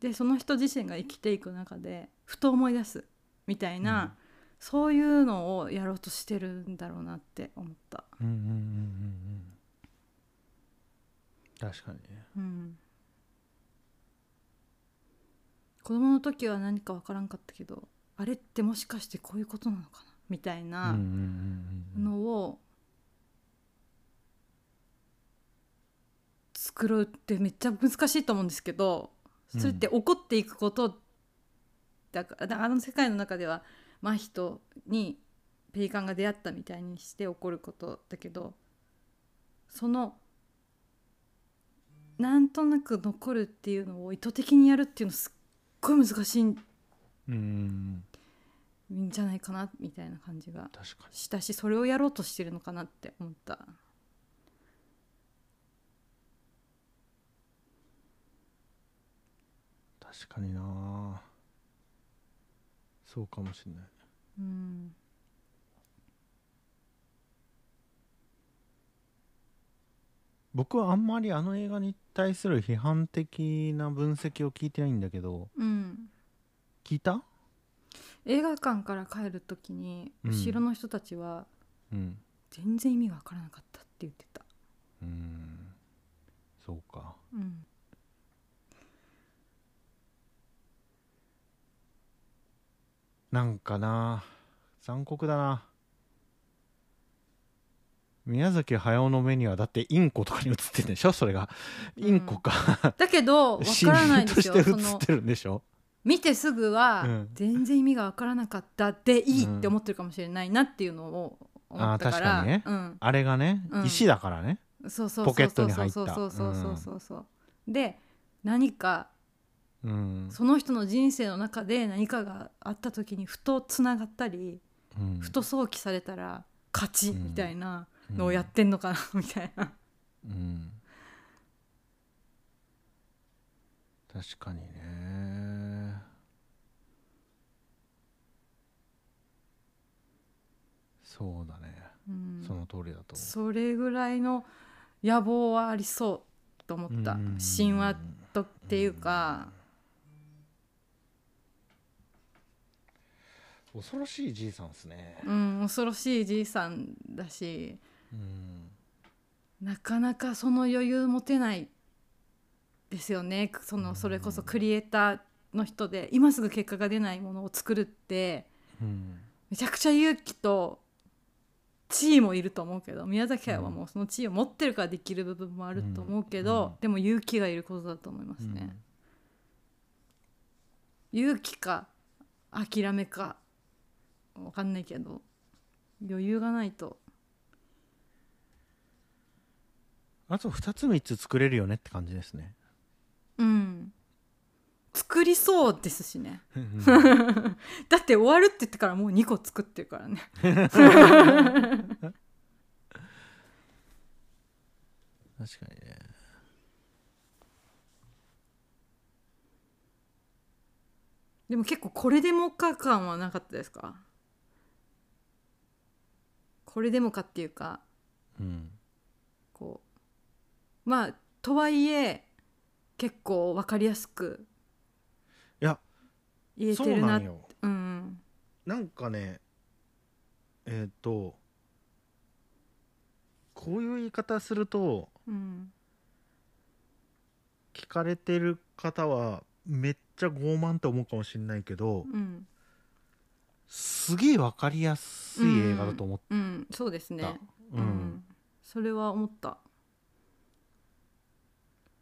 でその人自身が生きていく中でふと思い出すみたいな、
うん
そういうのをやろうとしてるんだろうなって思った。
うんうんうんうんうん確かにね
うん子供の時は何か分からんかったけどあれってもしかしてこういうことなのかなみたいな、
うんうんうんうん
のを作るってめっちゃ難しいと思うんですけどそれって起こっていくことだからだからあの世界の中では真人にペリカンが出会ったみたいにして起こることだけどそのなんとなく残るっていうのを意図的にやるっていうのすっごい難しいん
うんうんうん
じゃないかなみたいな感じが
確かに
したしそれをやろうとしてるのかなって思った
確かになそうかもしれない
うん
僕はあんまりあの映画に対する批判的な分析を聞いてないんだけど
うん
聞いた
映画館から帰る時に
うん
後ろの人たちは
うん
全然意味が分からなかったって言ってた、
うんそうか
うん、
なんかな残酷だな宮崎駿の目にはだってインコとかに映ってるんでしょそれが
うん
インコか、
だけど分からないですよ
親
そ
友として映
の
ってるんでしょ
見てすぐは
うん
全然意味が分からなかったでいいって思ってるかもしれないなっていうのを思ったから、
あー確
うん、
あれがね、
うん
石だからね
そうそう
ポ
そ
ケ
う
ッ
そ
ト
う
に
そ
入
う
った
そうそうそうそうそうそうで何か
うん
その人の人生の中で何かがあった時にふとつながったり
うん
ふと想起されたら勝ち
うん
みたいなのをやってんのかなみたいな。
うん確かにねそうだね、
うん
その通りだと
それぐらいの野望はありそうと思
思う
った
うん
神話とっていうか
恐ろしいじいさんですね
うん恐ろしいじいさんだし
うん
なかなかその余裕持てないですよねそのそれこそクリエイターの人で今すぐ結果が出ないものを作るって
うん
めちゃくちゃ勇気と地位もいると思うけど宮崎駿はもうその地位を持ってるからできる部分もあると思うけど、
うんうん
でも勇気がいることだと思いますね、勇気か諦めかわかんないけど余裕がないと
あと2つ3つ作れるよねって感じですね
うん作りそうですしね
うん
だって終わるって言ってからもう2個作ってるからね
確かにね
でも結構これでもか感はなかったですかこれでもかっていうか
うん
こうまあとはいえ結構分かりやすく
いや
言え
そ
て
う
る
な
なん
よ
うん
なんかねえっ、とこういう言い方すると
うん
聞かれてる方はめっちゃ傲慢って思うかもしれないけど
うん
すげえわかりやすい映画だと思っ
うんそうです
た
ね、
うん
それは思った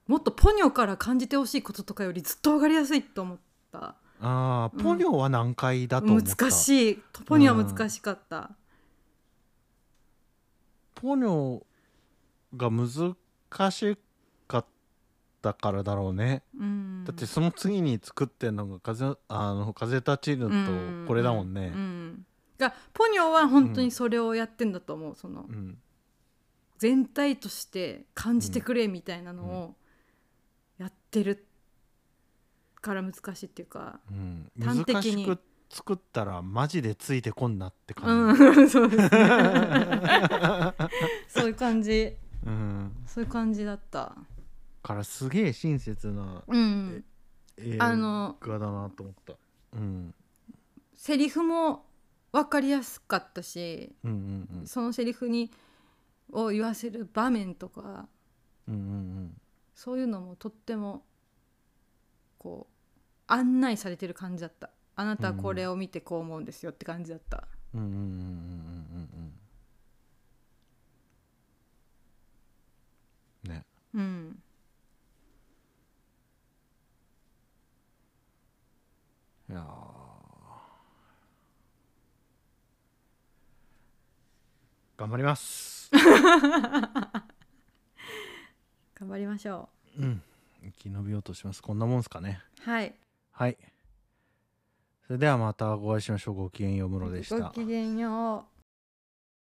もっとポニョから感じてほしいこととかよりずっと分かりやすいと思った
あ
う
あ
ん
ポニョは難解だと思った、
難しいポニョは難しかった、
ポニョが難しかったからだろうね、
うん、
だってその次に作ってんのが風あの風立ちぬとこれだもんね
ううんがポニョは本当にそれをやってんだと思う、その
うん
全体として感じてくれみたいなのをやってるから難しいっていうか、
うん
端
難
的
し
に
く作ったらマジでついてこんなって
う
感じ、
ん、 そうですねそういう感じ
うん
そういう感じだった
からすげえ親切な
うん
映
あの
画だなと思った、うん、
セリフも分かりやすかったし
うんうん
そのセリフにを言わせる場面とか
うんうんうん
そういうのもとってもこう案内されてる感じだったあなたはこれを見てこう思うんですよって感じだった、
うんうんうんうんうんうんうんね
うん、
いやー頑張ります、
頑張りましょ
うん、生き延びようとしますこんなもんすかね
うはい
はいそれではまたお会いしましょうごきげんようムロでした
ごきげんよう